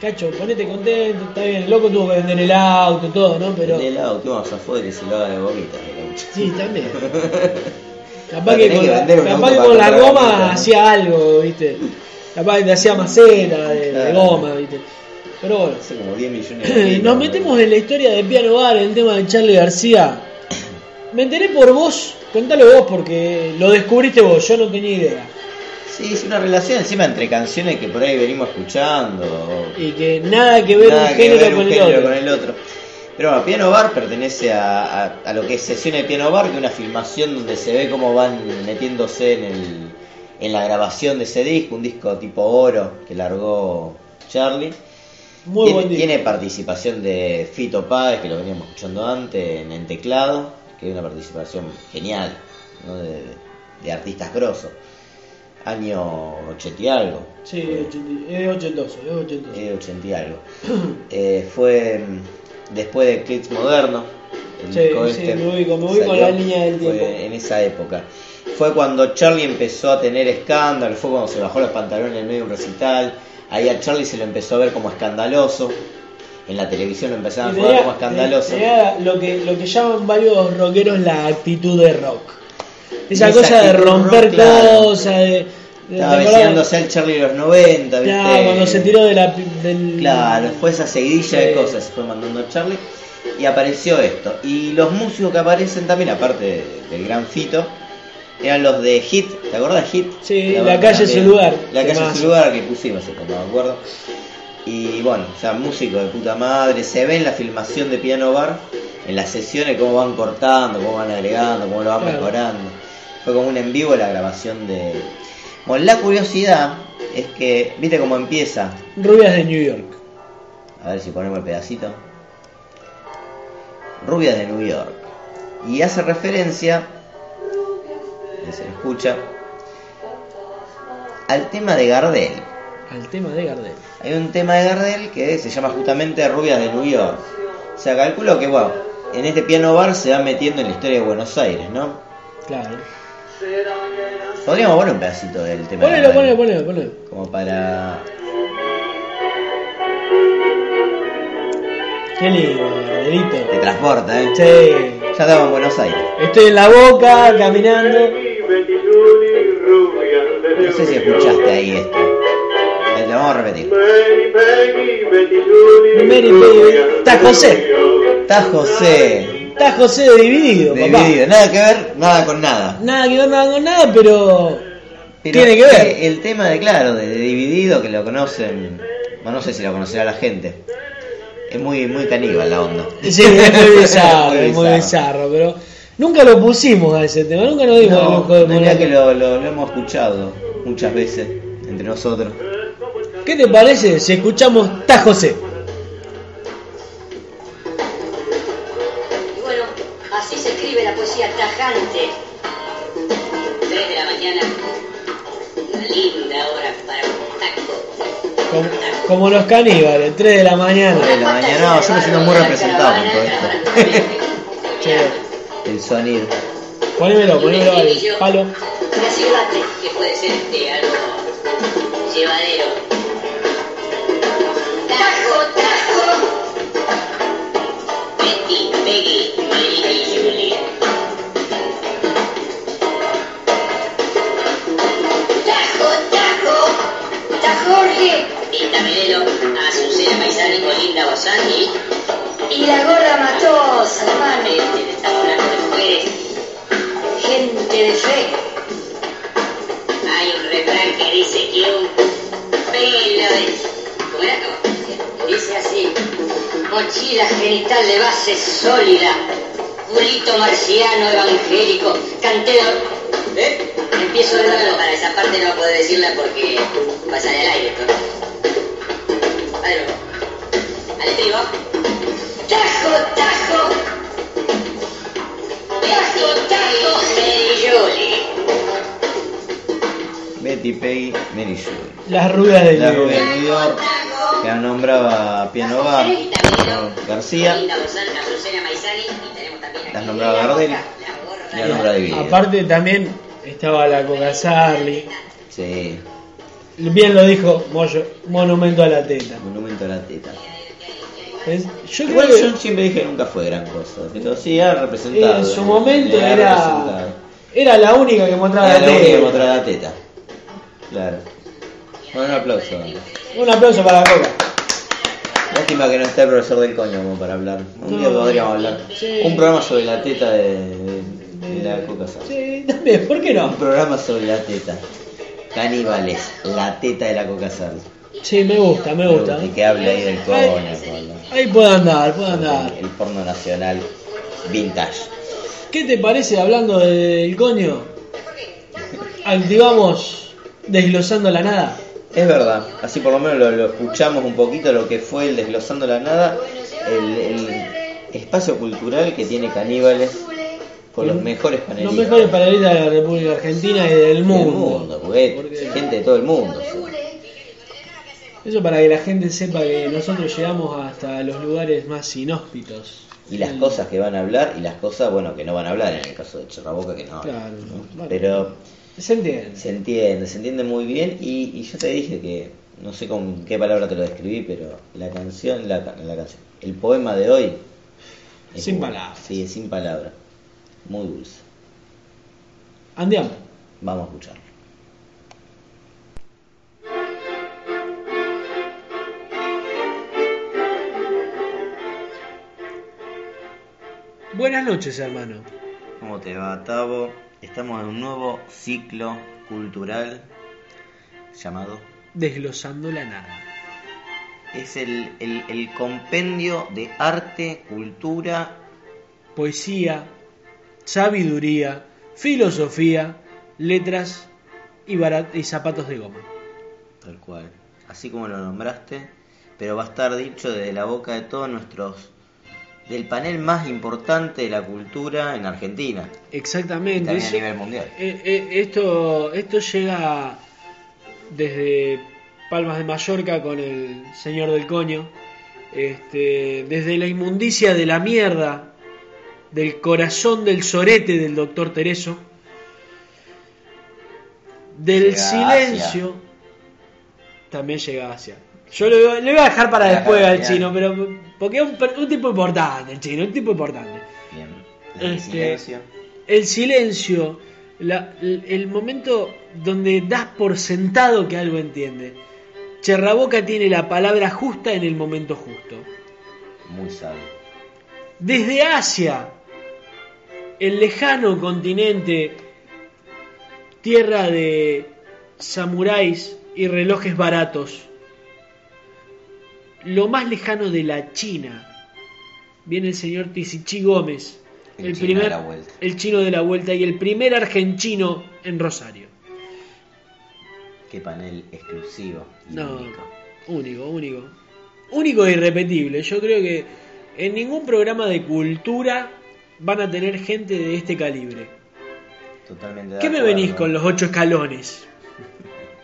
[SPEAKER 1] Cacho, ponete contento, está bien, el loco tuvo que vender el auto, todo, ¿no? Pero.
[SPEAKER 2] En el lado que vamos afuera y se lo haga de gomitas. de la muchacha.
[SPEAKER 1] Sí,
[SPEAKER 2] *laughs*
[SPEAKER 1] también.
[SPEAKER 2] Va
[SPEAKER 1] Capaz
[SPEAKER 2] a
[SPEAKER 1] que
[SPEAKER 2] tener
[SPEAKER 1] con,
[SPEAKER 2] que
[SPEAKER 1] la-
[SPEAKER 2] vender un
[SPEAKER 1] capaz
[SPEAKER 2] auto
[SPEAKER 1] que
[SPEAKER 2] para
[SPEAKER 1] con la
[SPEAKER 2] comprar
[SPEAKER 1] goma
[SPEAKER 2] gomita, ¿no?
[SPEAKER 1] hacía algo, viste. Capaz que te hacía maceta de, de
[SPEAKER 2] Claro.
[SPEAKER 1] goma, viste. Pero bueno.
[SPEAKER 2] Hace como 10 millones de
[SPEAKER 1] Eh, *laughs* Nos
[SPEAKER 2] gomitas,
[SPEAKER 1] metemos en la historia de Piano Bar, en el tema de Charlie García. Me enteré por vos, contalo vos porque lo descubriste vos, yo no tenía idea.
[SPEAKER 2] Sí, es una relación encima entre canciones que por ahí venimos escuchando. o-
[SPEAKER 1] Y que nada que ver
[SPEAKER 2] Nada
[SPEAKER 1] un
[SPEAKER 2] que
[SPEAKER 1] género
[SPEAKER 2] ver un
[SPEAKER 1] con el
[SPEAKER 2] género
[SPEAKER 1] otro.
[SPEAKER 2] con el otro. Pero bueno, Piano Bar pertenece a, a- a lo que es sesiones de Piano Bar, que es una filmación donde se ve cómo van metiéndose en, el- en la grabación de ese disco, un disco tipo oro que largó Charlie.
[SPEAKER 1] Muy
[SPEAKER 2] tiene,
[SPEAKER 1] buen disco.
[SPEAKER 2] tiene participación de Fito Páez, que lo veníamos escuchando antes, en, en teclado, que es una participación genial, ¿no? de, de artistas grosos. Año 80 y algo.
[SPEAKER 1] Sí, es 82, es 82.
[SPEAKER 2] Eh, 80 y algo. Eh, fue mm, después de Clips Moderno. el
[SPEAKER 1] Sí,
[SPEAKER 2] disco este
[SPEAKER 1] sí, me ubico, me ubico en la línea del
[SPEAKER 2] fue
[SPEAKER 1] tiempo.
[SPEAKER 2] En esa época. Fue cuando Charlie empezó a tener escándalo, fue cuando se bajó los pantalones en medio de un recital. Ahí a Charlie se lo empezó a ver como escandaloso. En la televisión lo empezaron a
[SPEAKER 1] Y
[SPEAKER 2] jugar
[SPEAKER 1] tenía-
[SPEAKER 2] como escandaloso.
[SPEAKER 1] tenía lo que, lo que llaman varios rockeros la actitud de rock. Esa,
[SPEAKER 2] Esa
[SPEAKER 1] cosa de
[SPEAKER 2] actitud
[SPEAKER 1] romper
[SPEAKER 2] rock, claro.
[SPEAKER 1] cosas, de, de-
[SPEAKER 2] Estaba
[SPEAKER 1] ¿te acordás?
[SPEAKER 2] vecinándose al Charlie de los 90, ¿viste?
[SPEAKER 1] Claro, cuando se tiró de la, pi- del...
[SPEAKER 2] Claro, fue esa seguidilla
[SPEAKER 1] Sí.
[SPEAKER 2] de cosas que fue mandando Charlie y apareció esto. Y los músicos que aparecen también, aparte de- del gran Fito, eran los de Hit, ¿te acordás Hit?
[SPEAKER 1] Sí, La
[SPEAKER 2] banda
[SPEAKER 1] calle es
[SPEAKER 2] de-
[SPEAKER 1] su lugar,
[SPEAKER 2] La calle es
[SPEAKER 1] temazo.
[SPEAKER 2] su lugar que pusimos, si no me acuerdo. Y bueno, o sea, músicos de puta madre, se ve en la filmación de Piano Bar, en las sesiones, cómo van cortando, cómo van agregando, cómo lo van
[SPEAKER 1] Claro.
[SPEAKER 2] mejorando. Fue como un en vivo la grabación de... Bueno, la curiosidad es que, viste cómo empieza,
[SPEAKER 1] Rubias de New York.
[SPEAKER 2] a ver si ponemos el pedacito. Rubias de New York. Y hace referencia, ahí se lo escucha, al tema de Gardel.
[SPEAKER 1] Al tema de Gardel.
[SPEAKER 2] Hay un tema de Gardel que se llama justamente Rubias de New York. O sea, calculo que, bueno, en este piano bar se va metiendo en la historia de Buenos Aires, ¿no?
[SPEAKER 1] Claro.
[SPEAKER 2] Podríamos poner un pedacito del tema de
[SPEAKER 1] Ponelo,
[SPEAKER 2] Gardel.
[SPEAKER 1] ponelo, ponelo, ponelo.
[SPEAKER 2] Como para...
[SPEAKER 1] Qué lindo, Gardelito.
[SPEAKER 2] Te transporta, ¿eh?
[SPEAKER 1] Sí.
[SPEAKER 2] Ya estamos en Buenos Aires.
[SPEAKER 1] Estoy en la boca, caminando.
[SPEAKER 2] No sé si escuchaste ahí esto. Ahí Lo vamos a repetir.
[SPEAKER 3] Mary, Peggy, Betty Julie,
[SPEAKER 1] Mary,
[SPEAKER 3] Rubia,
[SPEAKER 1] Peggy, está José.
[SPEAKER 3] Rubio.
[SPEAKER 2] Está José.
[SPEAKER 1] Está José de dividido,
[SPEAKER 2] De
[SPEAKER 1] papá.
[SPEAKER 2] video. Nada que ver, nada con nada.
[SPEAKER 1] Nada que ver nada con nada, pero.
[SPEAKER 2] Pero
[SPEAKER 1] Tiene que ver.
[SPEAKER 2] eh, El tema de, claro, de, de Dividido, que lo conocen. Bueno, no sé si lo conocerá la gente. Es muy, muy caníbal la onda.
[SPEAKER 1] Sí, es
[SPEAKER 2] *laughs*
[SPEAKER 1] muy bizarro,
[SPEAKER 2] Muy
[SPEAKER 1] es muy bizarro,
[SPEAKER 2] bizarro.
[SPEAKER 1] pero. Nunca lo pusimos a ese tema, nunca nos dimos el
[SPEAKER 2] No,
[SPEAKER 1] lujo de
[SPEAKER 2] mirá que
[SPEAKER 1] ponerlo.
[SPEAKER 2] lo, lo- lo hemos escuchado muchas veces entre nosotros.
[SPEAKER 1] ¿Qué te parece si escuchamos Ta José?
[SPEAKER 5] Y bueno, así se escribe la poesía tajante. Tres de la mañana. Una linda hora para un taco.
[SPEAKER 1] Como, como los caníbales, 3 de la mañana.
[SPEAKER 2] Tres de la mañana, no, yo me siento muy representado con todo esto. *laughs*
[SPEAKER 1] Che,
[SPEAKER 2] El sonido.
[SPEAKER 1] ponémelo, ponémelo al palo.
[SPEAKER 5] Casi bate, que puede ser este algo llevadero. Tajo, tajo. Betty, Peggy, Mary y Julie. Tajo, tajo. Tajo Jorge. Y Ah, Tamedelo, Azucena Paisano y Colinda Bosani. Y la gorda Matosa, hermano. Este, está hablando de mujeres. Gente de fe. Hay un refrán que dice que un pelo de... ¿Cómo era? ¿Cómo? Dice así. Mochila genital de base sólida. Culito marciano evangélico. Cantero ¿Eh? Empiezo de nuevo para esa parte no puedo decirla porque pasa en el aire todo. Ahí va. Al estribo. Tajo, tajo. Tajo, tajo. Mary Julie.
[SPEAKER 2] Betty Peggy, Mary Sue.
[SPEAKER 1] Las rubias del
[SPEAKER 2] La
[SPEAKER 1] video.
[SPEAKER 2] rubia de New York, que nombraba Piano Bar, García,
[SPEAKER 5] Linda Bozán, Azucena Maizani y tenemos también aquí.
[SPEAKER 2] Las nombraba Gardel.
[SPEAKER 5] La
[SPEAKER 2] Ya nombra de vida.
[SPEAKER 1] Aparte también estaba la Coca Sarli.
[SPEAKER 2] Sí,
[SPEAKER 1] Bien lo dijo Moyo, monumento a la teta.
[SPEAKER 2] monumento a la teta.
[SPEAKER 1] Es- yo creo
[SPEAKER 2] Igual
[SPEAKER 1] que
[SPEAKER 2] yo siempre dije que nunca fue gran cosa, pero sí ha representado.
[SPEAKER 1] en su
[SPEAKER 2] eh,
[SPEAKER 1] momento
[SPEAKER 2] ha
[SPEAKER 1] era,
[SPEAKER 2] representado.
[SPEAKER 1] era la única que mostraba
[SPEAKER 2] Era
[SPEAKER 1] la
[SPEAKER 2] la única que
[SPEAKER 1] teta.
[SPEAKER 2] mostraba la teta. Claro. Bueno, un aplauso.
[SPEAKER 1] Un aplauso para la Coca.
[SPEAKER 2] Lástima que no está el profesor del coño como para hablar. Un día
[SPEAKER 1] No.
[SPEAKER 2] podríamos hablar.
[SPEAKER 1] Sí.
[SPEAKER 2] Un programa sobre la teta de, de- de la Coca Cola.
[SPEAKER 1] Sí, también, ¿por qué
[SPEAKER 2] Un
[SPEAKER 1] no?
[SPEAKER 2] programa sobre la teta. Caníbales, la teta de la coca sal.
[SPEAKER 1] Sí, me gusta, me gusta.
[SPEAKER 2] Y que hable ahí del coño,
[SPEAKER 1] Ay,
[SPEAKER 2] con-
[SPEAKER 1] Ahí puede andar, puede
[SPEAKER 2] con
[SPEAKER 1] andar.
[SPEAKER 2] el porno nacional vintage.
[SPEAKER 1] ¿Qué te parece hablando del coño? Activamos desglosando la nada.
[SPEAKER 2] Es verdad, así por lo menos lo, lo escuchamos un poquito lo que fue el Desglosando la Nada, el, el espacio cultural que tiene Caníbales con los mejores panelistas
[SPEAKER 1] Mm. Los mejores panelistas de la República Argentina y del
[SPEAKER 2] del
[SPEAKER 1] mundo.
[SPEAKER 2] mundo, porque
[SPEAKER 1] Porque-
[SPEAKER 2] gente de todo el mundo.
[SPEAKER 1] Eso para que la gente sepa que nosotros llegamos hasta los lugares más inhóspitos.
[SPEAKER 2] Y las
[SPEAKER 1] Sí.
[SPEAKER 2] cosas que van a hablar y las cosas, bueno, que no van a hablar en el caso de Cherraboca, que no.
[SPEAKER 1] Claro,
[SPEAKER 2] ¿no?
[SPEAKER 1] bueno.
[SPEAKER 2] Pero
[SPEAKER 1] ¿Se entiende?
[SPEAKER 2] Se entiende, se entiende muy bien y, y yo te dije que, no sé con qué palabra te lo describí, pero la canción, la, ca- la canción, el poema de hoy...
[SPEAKER 1] Sin
[SPEAKER 2] bueno.
[SPEAKER 1] palabras.
[SPEAKER 2] Sí, es sin palabras. Muy dulce.
[SPEAKER 1] Andiamo.
[SPEAKER 2] Vamos a escucharlo.
[SPEAKER 1] Buenas noches, hermano.
[SPEAKER 2] ¿Cómo te va, Tavo? Estamos en un nuevo ciclo cultural llamado...
[SPEAKER 1] Desglosando la nada.
[SPEAKER 2] Es el, el, el compendio de arte, cultura
[SPEAKER 1] Poesía, sabiduría, filosofía, letras y, bara- y zapatos de goma.
[SPEAKER 2] Tal cual. Así como lo nombraste, pero va a estar dicho desde la boca de todos nuestros. del panel más importante de la cultura en Argentina. Y
[SPEAKER 1] Exactamente.
[SPEAKER 2] también a
[SPEAKER 1] eso-
[SPEAKER 2] nivel mundial.
[SPEAKER 1] Eh, eh, esto, esto llega desde Palmas de Mallorca con el señor del coño. Este, desde la inmundicia de la mierda, del corazón del sorete del doctor Tereso, del
[SPEAKER 2] Llega a Asia.
[SPEAKER 1] silencio, también llega a Asia. Yo lo, voy- le voy a dejar para
[SPEAKER 2] Llega
[SPEAKER 1] después
[SPEAKER 2] a
[SPEAKER 1] al
[SPEAKER 2] Asia.
[SPEAKER 1] chino, pero porque es un, per- un tipo importante, el chino, un tipo importante.
[SPEAKER 2] Bien.
[SPEAKER 1] Este-
[SPEAKER 2] silencio.
[SPEAKER 1] El silencio, la- l- el momento donde das por sentado que algo entiende. Cherraboca tiene la palabra justa en el momento justo.
[SPEAKER 2] Muy sabio.
[SPEAKER 1] Desde Asia, el lejano continente, tierra de samuráis y relojes baratos, lo más lejano de la China, viene el señor Tisichi Gómez,
[SPEAKER 2] El chino de la vuelta.
[SPEAKER 1] el chino de la vuelta y el primer argentino en Rosario.
[SPEAKER 2] Qué panel exclusivo y
[SPEAKER 1] No,
[SPEAKER 2] único.
[SPEAKER 1] único, único. Único e irrepetible. Yo creo que en ningún programa de cultura van a tener gente de este calibre.
[SPEAKER 2] Totalmente de
[SPEAKER 1] ¿Qué me
[SPEAKER 2] acuerdo.
[SPEAKER 1] venís con los ocho escalones?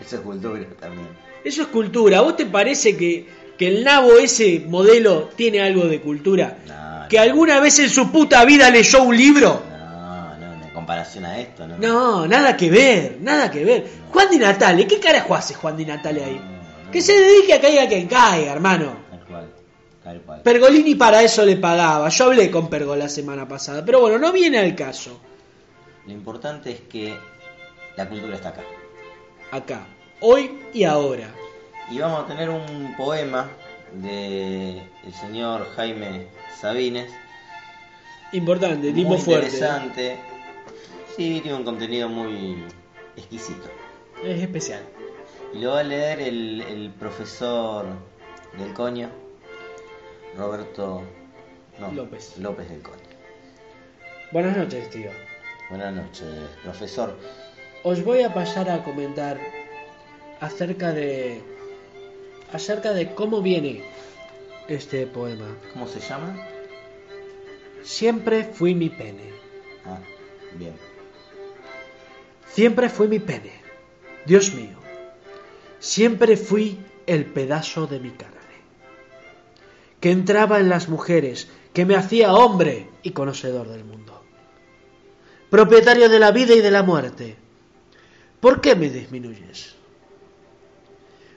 [SPEAKER 2] Eso es cultura también.
[SPEAKER 1] Eso es cultura. ¿Vos te parece que, que el nabo ese modelo tiene algo de cultura?
[SPEAKER 2] No,
[SPEAKER 1] ¿Que
[SPEAKER 2] no.
[SPEAKER 1] alguna vez en su puta vida leyó un libro?
[SPEAKER 2] No, no, en comparación a esto, ¿no?
[SPEAKER 1] No, nada que ver, nada que ver. Juan Di Natale, ¿qué carajo hace Juan Di Natale ahí?
[SPEAKER 2] No, no.
[SPEAKER 1] Que se dedique a caiga quien caiga, hermano.
[SPEAKER 2] Tal cual. Tal cual.
[SPEAKER 1] Pergolini para eso le pagaba. Yo hablé con Pergo la semana pasada, pero bueno, no viene al caso.
[SPEAKER 2] Lo importante es que la cultura está acá.
[SPEAKER 1] Acá, hoy y ahora.
[SPEAKER 2] Y vamos a tener un poema de el señor Jaime Sabines.
[SPEAKER 1] Importante, tipo
[SPEAKER 2] muy
[SPEAKER 1] fuerte.
[SPEAKER 2] interesante. Sí, tiene un contenido muy exquisito.
[SPEAKER 1] Es especial.
[SPEAKER 2] Y lo va a leer el, el profesor del coño, Roberto no,
[SPEAKER 1] López.
[SPEAKER 2] López del coño.
[SPEAKER 1] Buenas noches, tío.
[SPEAKER 2] Buenas noches, profesor.
[SPEAKER 1] Os voy a pasar a comentar acerca de acerca de cómo viene este poema.
[SPEAKER 2] ¿Cómo se llama?
[SPEAKER 1] Siempre fui mi pene.
[SPEAKER 2] Ah, bien.
[SPEAKER 1] Siempre fui mi pene. Dios mío. Siempre fui el pedazo de mi carne. Que entraba en las mujeres, que me hacía hombre y conocedor del mundo. Propietario de la vida y de la muerte. ¿Por qué me disminuyes?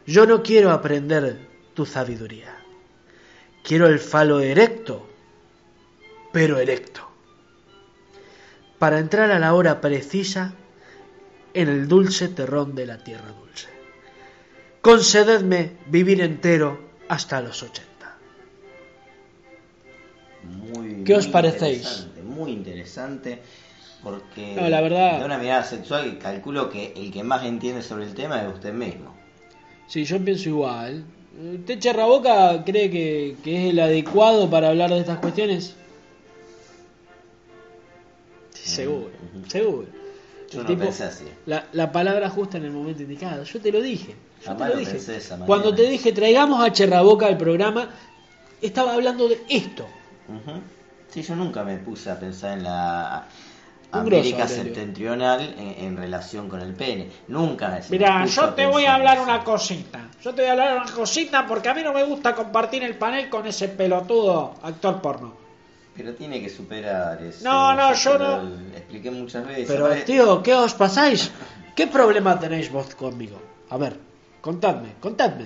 [SPEAKER 1] Yo no quiero aprender tu sabiduría. Quiero el falo erecto, pero erecto. Para entrar a la hora precisa en el dulce terrón de la tierra dulce. Concededme vivir entero hasta los 80.
[SPEAKER 2] Muy,
[SPEAKER 1] ¿Qué
[SPEAKER 2] muy
[SPEAKER 1] os parecéis?
[SPEAKER 2] interesante, Muy interesante. Porque
[SPEAKER 1] No, la verdad-
[SPEAKER 2] de una mirada sexual y calculo que el que más entiende sobre el tema es usted mismo.
[SPEAKER 1] Sí, yo pienso igual. ¿Usted Cherraboca cree que, que es el adecuado para hablar de estas cuestiones? Sí, seguro,
[SPEAKER 2] Eh, Ujú.
[SPEAKER 1] seguro.
[SPEAKER 2] Yo
[SPEAKER 1] El
[SPEAKER 2] no pensé así.
[SPEAKER 1] La, la palabra justa en el momento indicado. Yo te lo dije. Yo
[SPEAKER 2] Jamás
[SPEAKER 1] te lo
[SPEAKER 2] lo
[SPEAKER 1] dije.
[SPEAKER 2] pensé de esa manera.
[SPEAKER 1] Cuando te dije traigamos a Cherraboca al programa, estaba hablando de esto.
[SPEAKER 2] Ujú. Sí, yo nunca me puse a pensar en la
[SPEAKER 1] Un
[SPEAKER 2] América
[SPEAKER 1] grosso, Aurelio.
[SPEAKER 2] septentrional en, en relación con el pene. Nunca se me
[SPEAKER 6] Mira,
[SPEAKER 2] puso
[SPEAKER 6] yo te voy a
[SPEAKER 2] pensar
[SPEAKER 6] hablar
[SPEAKER 2] en
[SPEAKER 6] una
[SPEAKER 2] eso.
[SPEAKER 6] cosita. Yo te voy a hablar una cosita porque a mí no me gusta compartir el panel con ese pelotudo actor porno.
[SPEAKER 2] Pero tiene que superar eso.
[SPEAKER 6] No, no, yo
[SPEAKER 2] te lo
[SPEAKER 6] no.
[SPEAKER 2] Expliqué muchas veces.
[SPEAKER 1] Pero,
[SPEAKER 2] Aparte-
[SPEAKER 1] tío, ¿qué os pasáis? ¿Qué problema tenéis vos conmigo? A ver, contadme, contadme.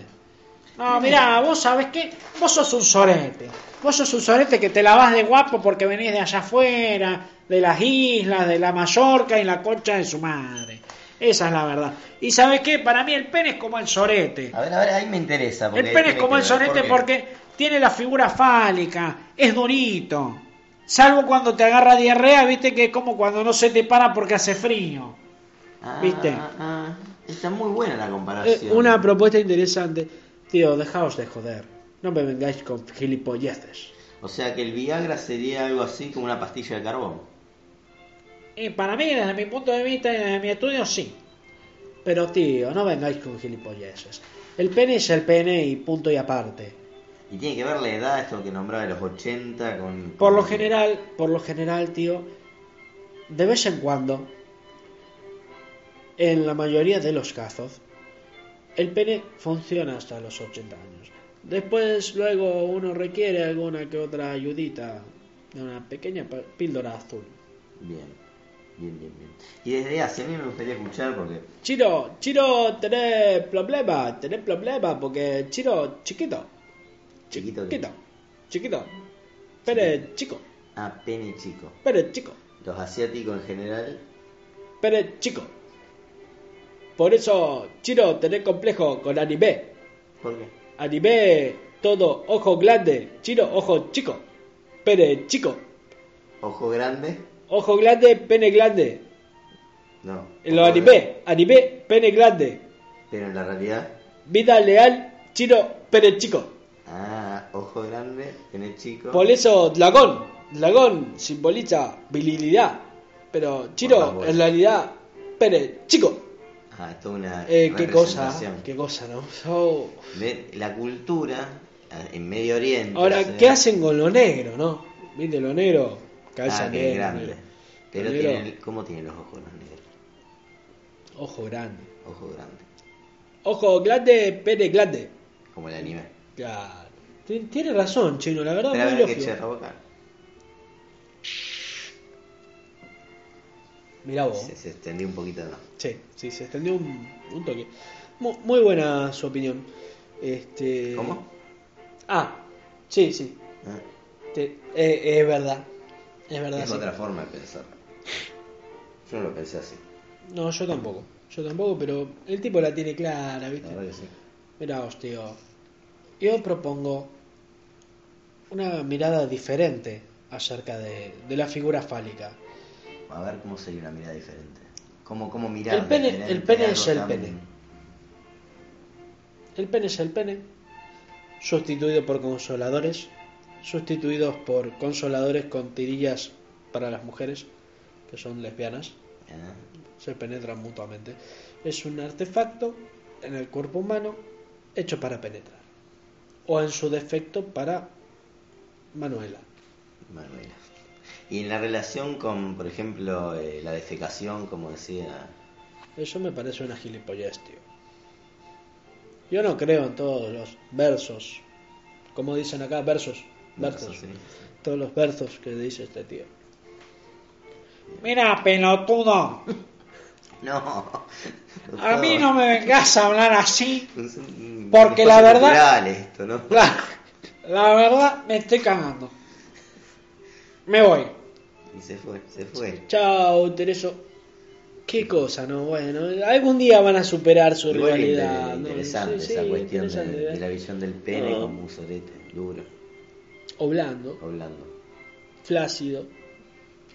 [SPEAKER 6] No, mira, vos sabés qué, vos sos un sorete. Vos sos un sorete que te lavás de guapo porque venís de allá afuera, de las islas, de la Mallorca y la concha de su madre. Esa es la verdad. Y sabés qué, para mí el pene es como el sorete.
[SPEAKER 2] A ver, a ver, ahí me interesa. porque
[SPEAKER 6] El pene es
[SPEAKER 2] tiene
[SPEAKER 6] como el
[SPEAKER 2] que ver,
[SPEAKER 6] sonete
[SPEAKER 2] ¿por qué?
[SPEAKER 6] porque tiene la figura fálica, es durito. Salvo cuando te agarra diarrea, viste que es como cuando no se te para porque hace frío.
[SPEAKER 2] Ah,
[SPEAKER 6] ¿Viste?
[SPEAKER 2] ah, está muy buena la
[SPEAKER 1] Eh,
[SPEAKER 2] comparación.
[SPEAKER 1] una propuesta interesante. Tío, dejaos de joder. No me vengáis con gilipolleces.
[SPEAKER 2] O sea que el Viagra sería algo así como una pastilla de carbón.
[SPEAKER 6] Y para mí, desde mi punto de vista y desde mi estudio, sí.
[SPEAKER 1] Pero, tío, no vengáis con gilipolleces. El pene es el pene y punto y aparte.
[SPEAKER 2] Y tiene que ver la edad, esto que nombraba de los 80 con...
[SPEAKER 1] Por lo
[SPEAKER 2] con-
[SPEAKER 1] general, por lo general, tío, de vez en cuando, en la mayoría de los casos, el pene funciona hasta los 80 años. Después, luego, uno requiere alguna que otra ayudita, una pequeña pa- píldora azul.
[SPEAKER 2] Bien, bien, bien, bien. Y desde hace a mí me gustaría escuchar porque...
[SPEAKER 1] Chiro, Chiro, tenés problemas, tenés problemas, porque Chiro, chiquito,
[SPEAKER 2] Chiquito.
[SPEAKER 1] chiquito, chiquito, pere chico,
[SPEAKER 2] Ah, pene chico.
[SPEAKER 1] pere chico.
[SPEAKER 2] Los asiáticos en general...
[SPEAKER 1] Pero chico, por eso Chiro tenés complejo con anime.
[SPEAKER 2] ¿Por qué?
[SPEAKER 1] Anime, todo ojo grande, Chiro ojo chico. Pene chico,
[SPEAKER 2] ¿Ojo grande?
[SPEAKER 1] ojo grande, pene grande.
[SPEAKER 2] No.
[SPEAKER 1] En los
[SPEAKER 2] Ojo grande.
[SPEAKER 1] anime, anime, pene grande.
[SPEAKER 2] Pero en la realidad...
[SPEAKER 1] Vida leal, Chiro, pene chico.
[SPEAKER 2] Ah, ojo grande, pene chico.
[SPEAKER 1] Por eso dragón, dragón simboliza virilidad. Pero
[SPEAKER 2] Por las
[SPEAKER 1] Chiro,
[SPEAKER 2] bolas.
[SPEAKER 1] en realidad, pene chico.
[SPEAKER 2] Ah, esto es una
[SPEAKER 1] Eh, qué cosa,
[SPEAKER 2] representación.
[SPEAKER 1] qué cosa, ¿no? Oh.
[SPEAKER 2] Ve, La cultura ah, en Medio Oriente.
[SPEAKER 1] Ahora,
[SPEAKER 2] hace-
[SPEAKER 1] ¿qué hacen con lo negro, no? ¿Viste lo negro? Cabeza
[SPEAKER 2] Ah, que es
[SPEAKER 1] negra,
[SPEAKER 2] grande.
[SPEAKER 1] negro.
[SPEAKER 2] Pero
[SPEAKER 1] Lo negro,
[SPEAKER 2] tienen, ¿cómo tienen los ojos los negros?
[SPEAKER 1] Ojo grande.
[SPEAKER 2] Ojo grande.
[SPEAKER 1] Ojo grande, pene grande.
[SPEAKER 2] Como el anime.
[SPEAKER 1] Claro. Tien- Tiene razón, chino, la verdad,
[SPEAKER 2] Espera a
[SPEAKER 1] muy
[SPEAKER 2] ver que
[SPEAKER 1] lógico.
[SPEAKER 2] eche la boca.
[SPEAKER 1] Mirá vos.
[SPEAKER 2] Se, se extendió un poquito más.
[SPEAKER 1] Sí, sí, se extendió un, un toque. Mu- Muy, buena su opinión. Este...
[SPEAKER 2] ¿Cómo?
[SPEAKER 1] Ah, sí, sí.
[SPEAKER 2] Ah,
[SPEAKER 1] Te- eh, es verdad. Es verdad.
[SPEAKER 2] es
[SPEAKER 1] sí.
[SPEAKER 2] otra forma de pensar. Yo no lo pensé así.
[SPEAKER 1] No, yo tampoco. Yo tampoco, pero el tipo la tiene clara,
[SPEAKER 2] La
[SPEAKER 1] ¿viste?
[SPEAKER 2] verdad que sí.
[SPEAKER 1] Mirá, tío. Yo propongo una mirada diferente acerca de, de la figura fálica.
[SPEAKER 2] A ver cómo sería una mirada diferente. ¿Cómo, cómo mirar?
[SPEAKER 1] El pene-
[SPEAKER 2] diferente
[SPEAKER 1] el pene
[SPEAKER 2] algo
[SPEAKER 1] es el
[SPEAKER 2] tan-
[SPEAKER 1] pene. El pene es el pene, sustituido por consoladores, sustituidos por consoladores con tirillas para las mujeres, que son lesbianas,
[SPEAKER 2] Ah,
[SPEAKER 1] se penetran mutuamente. Es un artefacto en el cuerpo humano hecho para penetrar. O en su defecto para Manuela.
[SPEAKER 2] Manuela. Y en la relación con, por ejemplo, eh, la defecación, como decía.
[SPEAKER 1] Eso me parece una gilipollez, tío. Yo no creo en todos los versos. Como dicen acá, versos. Versos.
[SPEAKER 2] Versos, sí.
[SPEAKER 1] Todos los versos que dice este tío.
[SPEAKER 6] Mira, pelotudo,
[SPEAKER 2] *laughs* No.
[SPEAKER 6] a mí no me vengas a hablar
[SPEAKER 1] *laughs*
[SPEAKER 6] así.
[SPEAKER 2] Son
[SPEAKER 6] Porque la
[SPEAKER 2] cosas
[SPEAKER 6] verdad-
[SPEAKER 2] culturales Esto, ¿no?
[SPEAKER 6] La, la verdad, me estoy cagando. Me voy.
[SPEAKER 2] Y se fue, se fue.
[SPEAKER 1] Chao, Tereso. Qué cosa, ¿no? Bueno, algún día van a superar su
[SPEAKER 2] Igual
[SPEAKER 1] rivalidad.
[SPEAKER 2] inter-
[SPEAKER 1] ¿no?
[SPEAKER 2] interesante
[SPEAKER 1] Sí,
[SPEAKER 2] esa
[SPEAKER 1] sí,
[SPEAKER 2] cuestión de,
[SPEAKER 1] interesante, ¿eh?
[SPEAKER 2] de la visión del pene
[SPEAKER 1] No.
[SPEAKER 2] como un sorete duro,
[SPEAKER 1] O blando,
[SPEAKER 2] o blando,
[SPEAKER 1] flácido,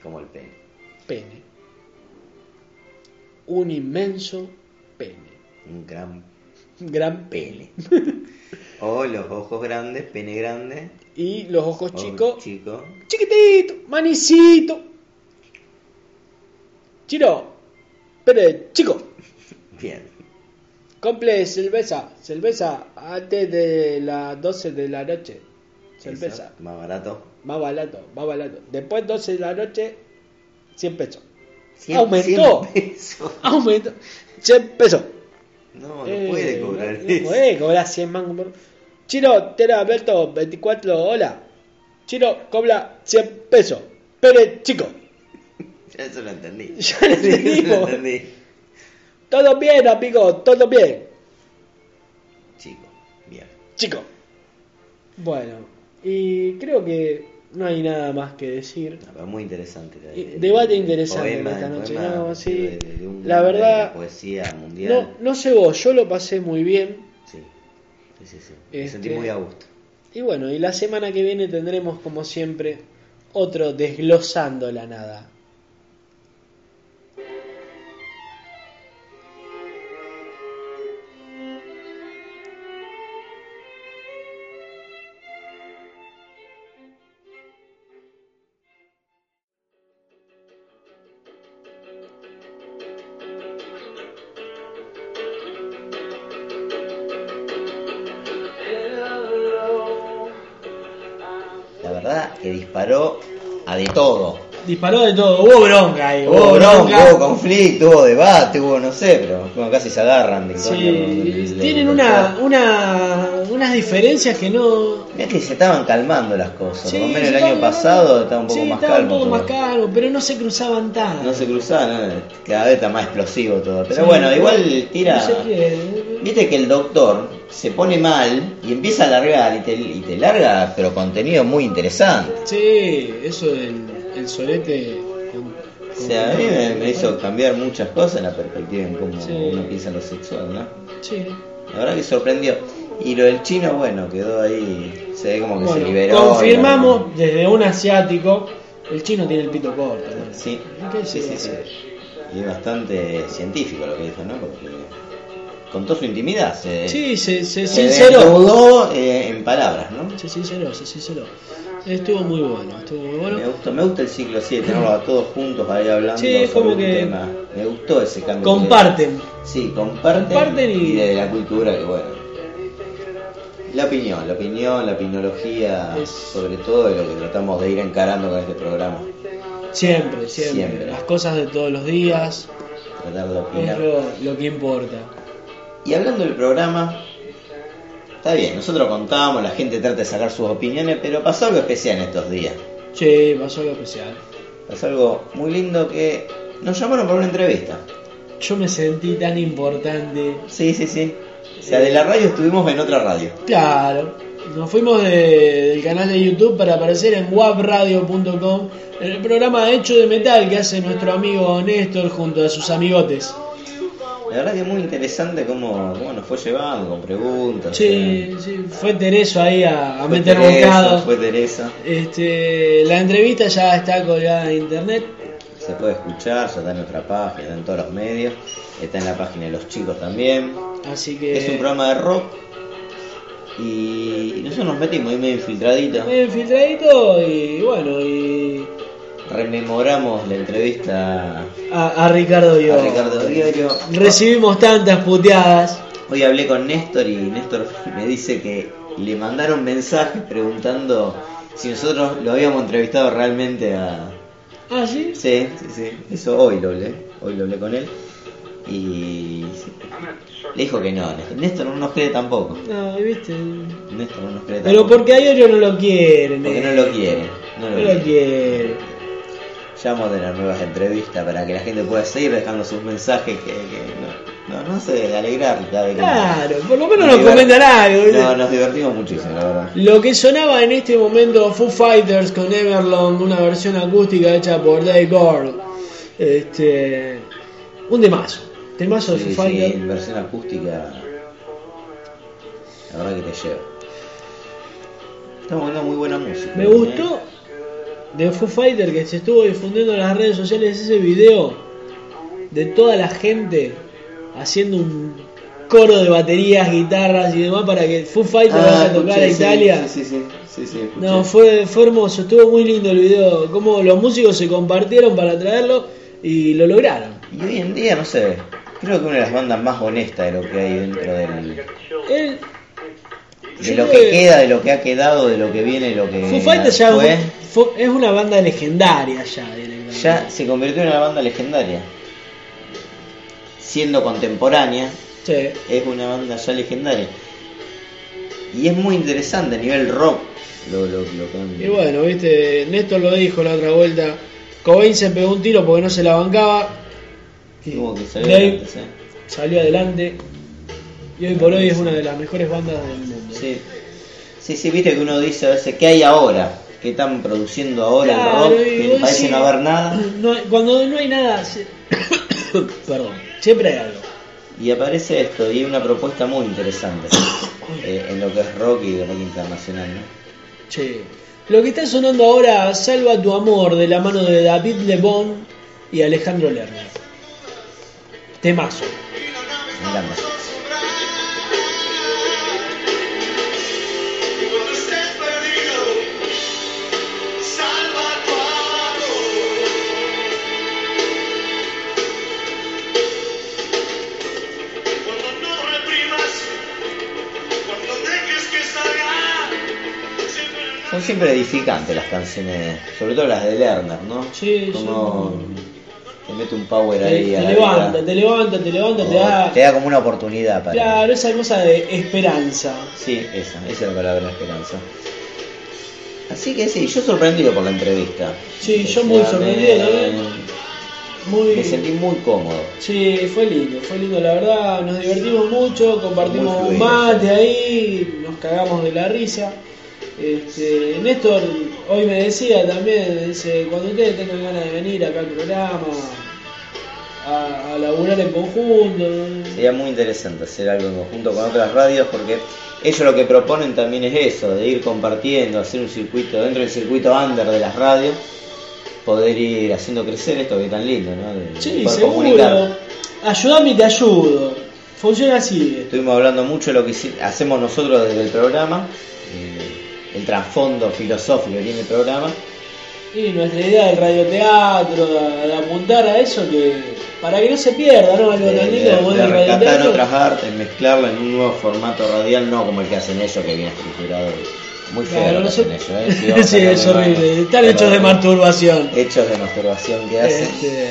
[SPEAKER 2] como el pene.
[SPEAKER 1] pene. Un inmenso pene.
[SPEAKER 2] Un gran
[SPEAKER 1] Un gran pene.
[SPEAKER 2] pene. o los ojos grandes, pene grande.
[SPEAKER 1] *laughs* Y los ojos
[SPEAKER 2] o
[SPEAKER 1] chicos.
[SPEAKER 2] Chico.
[SPEAKER 1] Chiquitito, manicito. Chiro, pero chico,
[SPEAKER 2] Bien.
[SPEAKER 1] compre cerveza, cerveza antes de las 12 de la noche. Cerveza,
[SPEAKER 2] Eso, Más barato.
[SPEAKER 1] más barato, más barato. Después 12 de la noche, 100 pesos.
[SPEAKER 2] Cien-
[SPEAKER 1] Aumentó. Ah.
[SPEAKER 2] cien pesos.
[SPEAKER 1] Aumento, 100 pesos.
[SPEAKER 2] No, no
[SPEAKER 1] Eh,
[SPEAKER 2] puede cobrar
[SPEAKER 1] no,
[SPEAKER 2] eso.
[SPEAKER 1] puede cobrar 100 mangos por... Chiro, Tera Alberto, 24, hola. Chiro, cobra 100 pesos. Pero chico,
[SPEAKER 2] Ya eso lo entendí.
[SPEAKER 1] *laughs* Ya
[SPEAKER 2] *laughs*
[SPEAKER 1] lo entendimos.
[SPEAKER 2] lo entendí.
[SPEAKER 1] todo bien, amigo, todo bien.
[SPEAKER 2] Chico. Bien.
[SPEAKER 1] Chico. Bueno, y creo que no hay nada más que decir.
[SPEAKER 2] No, pero muy interesante.
[SPEAKER 1] Y
[SPEAKER 2] El-
[SPEAKER 1] debate
[SPEAKER 2] el
[SPEAKER 1] interesante esta
[SPEAKER 2] el
[SPEAKER 1] noche,
[SPEAKER 2] poema
[SPEAKER 1] no, sí.
[SPEAKER 2] de- de- de un
[SPEAKER 1] La
[SPEAKER 2] grande
[SPEAKER 1] verdad-
[SPEAKER 2] de la poesía mundial.
[SPEAKER 1] No, no sé vos, yo lo pasé muy bien.
[SPEAKER 2] Sí, sí, sí. sí. Me
[SPEAKER 1] Este-
[SPEAKER 2] sentí muy a gusto.
[SPEAKER 1] Y bueno, y la semana que viene tendremos como siempre otro desglosando la nada.
[SPEAKER 2] La verdad que disparó a de todo.
[SPEAKER 1] Disparó de todo, hubo bronca ahí,
[SPEAKER 2] Hubo bronca, hubo conflicto, hubo debate, hubo no sé, pero bueno, casi se agarran. de coño,
[SPEAKER 1] Sí,
[SPEAKER 2] del-
[SPEAKER 1] tienen
[SPEAKER 2] del-
[SPEAKER 1] una, una, unas diferencias que no...
[SPEAKER 2] Mirá que se estaban calmando las cosas.
[SPEAKER 1] Sí,
[SPEAKER 2] Por lo menos el
[SPEAKER 1] estaban-
[SPEAKER 2] año pasado estaba un poco
[SPEAKER 1] sí,
[SPEAKER 2] más
[SPEAKER 1] estaba un
[SPEAKER 2] calmo.
[SPEAKER 1] poco más
[SPEAKER 2] todo.
[SPEAKER 1] calmo, pero no se cruzaban tanto.
[SPEAKER 2] No se cruzaban, ¿no? cada vez está más explosivo todo. Pero
[SPEAKER 1] Sí,
[SPEAKER 2] bueno, igual tira.
[SPEAKER 1] no se eh, quiere.
[SPEAKER 2] Viste que el doctor se pone mal y empieza a largar y te, y te larga, pero contenido muy interesante.
[SPEAKER 1] Sí, eso del el solete. con-
[SPEAKER 2] O
[SPEAKER 1] con-
[SPEAKER 2] sea, a mí me, me hizo cambiar muchas cosas la perspectiva en cómo
[SPEAKER 1] Sí.
[SPEAKER 2] uno piensa en lo sexual, ¿no?
[SPEAKER 1] Sí.
[SPEAKER 2] La verdad que sorprendió. Y lo del chino, bueno, quedó ahí, se ve como que se
[SPEAKER 1] Bueno,
[SPEAKER 2] liberó.
[SPEAKER 1] confirmamos desde un asiático, el chino tiene el pito corto.
[SPEAKER 2] y-
[SPEAKER 1] ¿no?
[SPEAKER 2] Sí,
[SPEAKER 1] ¿Qué
[SPEAKER 2] sí,
[SPEAKER 1] se
[SPEAKER 2] sí,
[SPEAKER 1] va a
[SPEAKER 2] sí.
[SPEAKER 1] hacer?
[SPEAKER 2] Y es bastante científico lo que dijo, ¿no? Porque contó su intimidad, se,
[SPEAKER 1] Sí, se, se
[SPEAKER 2] se
[SPEAKER 1] sinceró.
[SPEAKER 2] desnudó, eh, en palabras, ¿no?
[SPEAKER 1] Se sinceró, se sinceró. Estuvo muy bueno, estuvo muy
[SPEAKER 2] Me
[SPEAKER 1] bueno.
[SPEAKER 2] gustó, me gusta el ciclo 7, ¿no? A todos juntos ahí hablando
[SPEAKER 1] Sí, es
[SPEAKER 2] sobre
[SPEAKER 1] como
[SPEAKER 2] un
[SPEAKER 1] que-
[SPEAKER 2] tema. Me gustó ese cambio. que-
[SPEAKER 1] Comparten.
[SPEAKER 2] Sí, comparten,
[SPEAKER 1] Comparten y-
[SPEAKER 2] y... de la cultura, que bueno. La opinión, la opinión, la opinología,
[SPEAKER 1] Es-
[SPEAKER 2] sobre todo de lo que tratamos de ir encarando con este programa.
[SPEAKER 1] Siempre, siempre,
[SPEAKER 2] Siempre.
[SPEAKER 1] Las cosas de todos los días
[SPEAKER 2] Tratar de
[SPEAKER 1] es
[SPEAKER 2] opinar.
[SPEAKER 1] lo, lo que importa.
[SPEAKER 2] Y hablando del programa, está bien, nosotros contamos, la gente trata de sacar sus opiniones, pero pasó algo especial en estos días.
[SPEAKER 1] Che, pasó algo especial.
[SPEAKER 2] Pasó algo muy lindo que nos llamaron para una entrevista.
[SPEAKER 1] Yo me sentí tan importante.
[SPEAKER 2] Sí, sí, sí. O sea, de la radio estuvimos en otra radio.
[SPEAKER 1] Claro, nos fuimos de- del canal de YouTube para aparecer en wapradio.com en el programa Hecho de Metal que hace nuestro amigo Néstor junto a sus amigotes.
[SPEAKER 2] La verdad que es muy interesante cómo, cómo nos fue llevando, con preguntas.
[SPEAKER 1] Sí, sí, fue Tereso ahí a, a
[SPEAKER 2] Fue
[SPEAKER 1] meter
[SPEAKER 2] Teresa,
[SPEAKER 1] bocado.
[SPEAKER 2] Fue Teresa.
[SPEAKER 1] Este, la entrevista ya está colgada en internet.
[SPEAKER 2] Se puede escuchar, ya está en nuestra página, está en todos los medios. Está en la página de los chicos también.
[SPEAKER 1] Así que.
[SPEAKER 2] Es un programa de rock. Y nosotros nos metimos ahí medio infiltraditos.
[SPEAKER 1] medio infiltradito y bueno, y.
[SPEAKER 2] rememoramos la entrevista
[SPEAKER 1] A, a Ricardo
[SPEAKER 2] a
[SPEAKER 1] Iorio.
[SPEAKER 2] Ricardo Diorio.
[SPEAKER 1] Recibimos tantas puteadas.
[SPEAKER 2] Hoy hablé con Néstor y Néstor *laughs* me dice que le mandaron mensajes preguntando si nosotros lo habíamos entrevistado realmente a...
[SPEAKER 1] Ah, sí.
[SPEAKER 2] Sí, sí, sí. Eso hoy lo hablé. Hoy lo hablé con él. Y sí. le dijo que no. Néstor- Néstor no nos cree tampoco.
[SPEAKER 1] No, viste.
[SPEAKER 2] Néstor no nos cree
[SPEAKER 1] Pero
[SPEAKER 2] tampoco.
[SPEAKER 1] porque a Iorio no lo quieren.
[SPEAKER 2] Porque
[SPEAKER 1] eh.
[SPEAKER 2] no lo quiere. No
[SPEAKER 1] No
[SPEAKER 2] lo
[SPEAKER 1] lo
[SPEAKER 2] quiere.
[SPEAKER 1] quieren.
[SPEAKER 2] Ya vamos a tener nuevas entrevistas para que la gente pueda seguir dejando sus mensajes que, que no, no, no sé, de alegrar cada vez que-
[SPEAKER 1] Claro, por lo menos nos
[SPEAKER 2] Divert-
[SPEAKER 1] comentan algo. ¿viste?
[SPEAKER 2] No, nos divertimos muchísimo, la verdad.
[SPEAKER 1] Lo que sonaba en este momento Foo Fighters con Everlong, una versión acústica hecha por Dave Gord. Este, un temazo. Temazo de
[SPEAKER 2] Sí,
[SPEAKER 1] Foo
[SPEAKER 2] sí,
[SPEAKER 1] Fighters.
[SPEAKER 2] en versión acústica. La verdad que te lleva. Estamos poniendo muy buena música.
[SPEAKER 1] Me
[SPEAKER 2] ¿eh?
[SPEAKER 1] gustó de Foo Fighter que se estuvo difundiendo en las redes sociales ese video de toda la gente haciendo un coro de baterías, guitarras y demás para que Foo Fighter vaya a tocar a
[SPEAKER 2] Ah, escuché, sí,
[SPEAKER 1] Italia.
[SPEAKER 2] Sí, sí, sí. sí, sí, escuché.
[SPEAKER 1] No, fue, fue hermoso, estuvo muy lindo el video, como los músicos se compartieron para traerlo y lo lograron.
[SPEAKER 2] Y hoy en día, no sé, creo que una de las bandas más honestas de lo que hay dentro del.
[SPEAKER 1] Él,
[SPEAKER 2] De
[SPEAKER 1] yo
[SPEAKER 2] lo
[SPEAKER 1] creo
[SPEAKER 2] que queda, de lo que ha quedado, de lo que viene, de lo que.
[SPEAKER 1] Foo Fighters ya
[SPEAKER 2] fue,
[SPEAKER 1] fue- es una banda legendaria ya directamente.
[SPEAKER 2] ya se convirtió en una banda legendaria. Siendo contemporánea,
[SPEAKER 1] Sí.
[SPEAKER 2] es una banda ya legendaria. Y es muy interesante a nivel rock lo, lo, lo que han-
[SPEAKER 1] Y bueno, viste, Néstor lo dijo la otra vuelta. Cobain se pegó un tiro porque no se la bancaba. Y
[SPEAKER 2] como que salió
[SPEAKER 1] Dave
[SPEAKER 2] antes, ¿eh?
[SPEAKER 1] salió adelante. Y hoy por hoy es una de las mejores bandas del mundo.
[SPEAKER 2] Sí. sí, sí, viste que uno dice a veces, ¿qué hay ahora? ¿Qué están produciendo ahora
[SPEAKER 1] Claro,
[SPEAKER 2] el rock?
[SPEAKER 1] y
[SPEAKER 2] Que
[SPEAKER 1] vos
[SPEAKER 2] parece
[SPEAKER 1] decís-
[SPEAKER 2] no haber nada.
[SPEAKER 1] no hay- cuando no hay nada. se- *coughs* Perdón, siempre hay algo.
[SPEAKER 2] Y aparece esto, y hay una propuesta muy
[SPEAKER 1] *coughs*
[SPEAKER 2] interesante eh, en lo que es rock y rock internacional. ¿no?
[SPEAKER 1] Che. Lo que está sonando ahora, Salva tu amor, de la mano de David Lebón y Alejandro Lerner. Temazo.
[SPEAKER 2] Me encanta.
[SPEAKER 7] Cuando estés perdido, salva tu amor. Cuando no reprimas, cuando dejes que salga, siempre
[SPEAKER 2] Son siempre edificantes las canciones, sobre todo las de Lerner, ¿no?
[SPEAKER 1] Sí,
[SPEAKER 2] Como te mete un power
[SPEAKER 1] Te,
[SPEAKER 2] ahí
[SPEAKER 1] te
[SPEAKER 2] a la
[SPEAKER 1] levanta,
[SPEAKER 2] vida.
[SPEAKER 1] te levanta, te levanta, te da.
[SPEAKER 2] Te da como una oportunidad para.
[SPEAKER 1] Claro, esa cosa de esperanza.
[SPEAKER 2] Sí, esa, esa es la palabra esperanza. Así que sí, yo sorprendido por la entrevista.
[SPEAKER 1] Sí,
[SPEAKER 2] O
[SPEAKER 1] yo
[SPEAKER 2] sea,
[SPEAKER 1] muy sorprendido también.
[SPEAKER 2] Me,
[SPEAKER 1] Muy.
[SPEAKER 2] me sentí muy cómodo.
[SPEAKER 1] Sí, fue lindo, fue lindo, la verdad. Nos divertimos mucho, compartimos
[SPEAKER 2] Muy
[SPEAKER 1] un
[SPEAKER 2] fluido,
[SPEAKER 1] mate
[SPEAKER 2] sí.
[SPEAKER 1] ahí, nos cagamos de la risa. Este, Néstor hoy me decía también, dice, cuando ustedes tengan ganas de venir acá al programa, a, a laburar en conjunto.
[SPEAKER 2] Sería muy interesante hacer algo en conjunto con otras radios porque ellos lo que proponen también es eso, de ir compartiendo, hacer un circuito dentro del circuito under de las radios, poder ir haciendo crecer esto que es tan lindo, ¿no? De- de
[SPEAKER 1] Sí,
[SPEAKER 2] poder
[SPEAKER 1] seguro.
[SPEAKER 2] comunicar.
[SPEAKER 1] Ayudame y te ayudo. Funciona así. esto.
[SPEAKER 2] Estuvimos hablando mucho de lo que hici- hacemos nosotros desde el programa, eh, el trasfondo filosófico que tiene el programa.
[SPEAKER 1] Y nuestra idea del radioteatro, de, de apuntar a eso que para que no se pierda, ¿no? Algo
[SPEAKER 2] de,
[SPEAKER 1] tan
[SPEAKER 2] de-
[SPEAKER 1] lindo como es
[SPEAKER 2] de
[SPEAKER 1] el
[SPEAKER 2] rescatar
[SPEAKER 1] radioteatro.
[SPEAKER 2] otras artes, mezclarla en un nuevo formato radial, no como el que hacen ellos, que viene estructurado muy feo.
[SPEAKER 1] Claro,
[SPEAKER 2] lo que hacen
[SPEAKER 1] nosotros- *laughs*
[SPEAKER 2] ellos, ¿eh? Si vamos a
[SPEAKER 1] sí,
[SPEAKER 2] hablar
[SPEAKER 1] es
[SPEAKER 2] de nuevo.
[SPEAKER 1] horrible. Están
[SPEAKER 2] Pero
[SPEAKER 1] hechos de masturbación.
[SPEAKER 2] Hechos de masturbación que
[SPEAKER 1] *laughs*
[SPEAKER 2] hacen.
[SPEAKER 1] Este,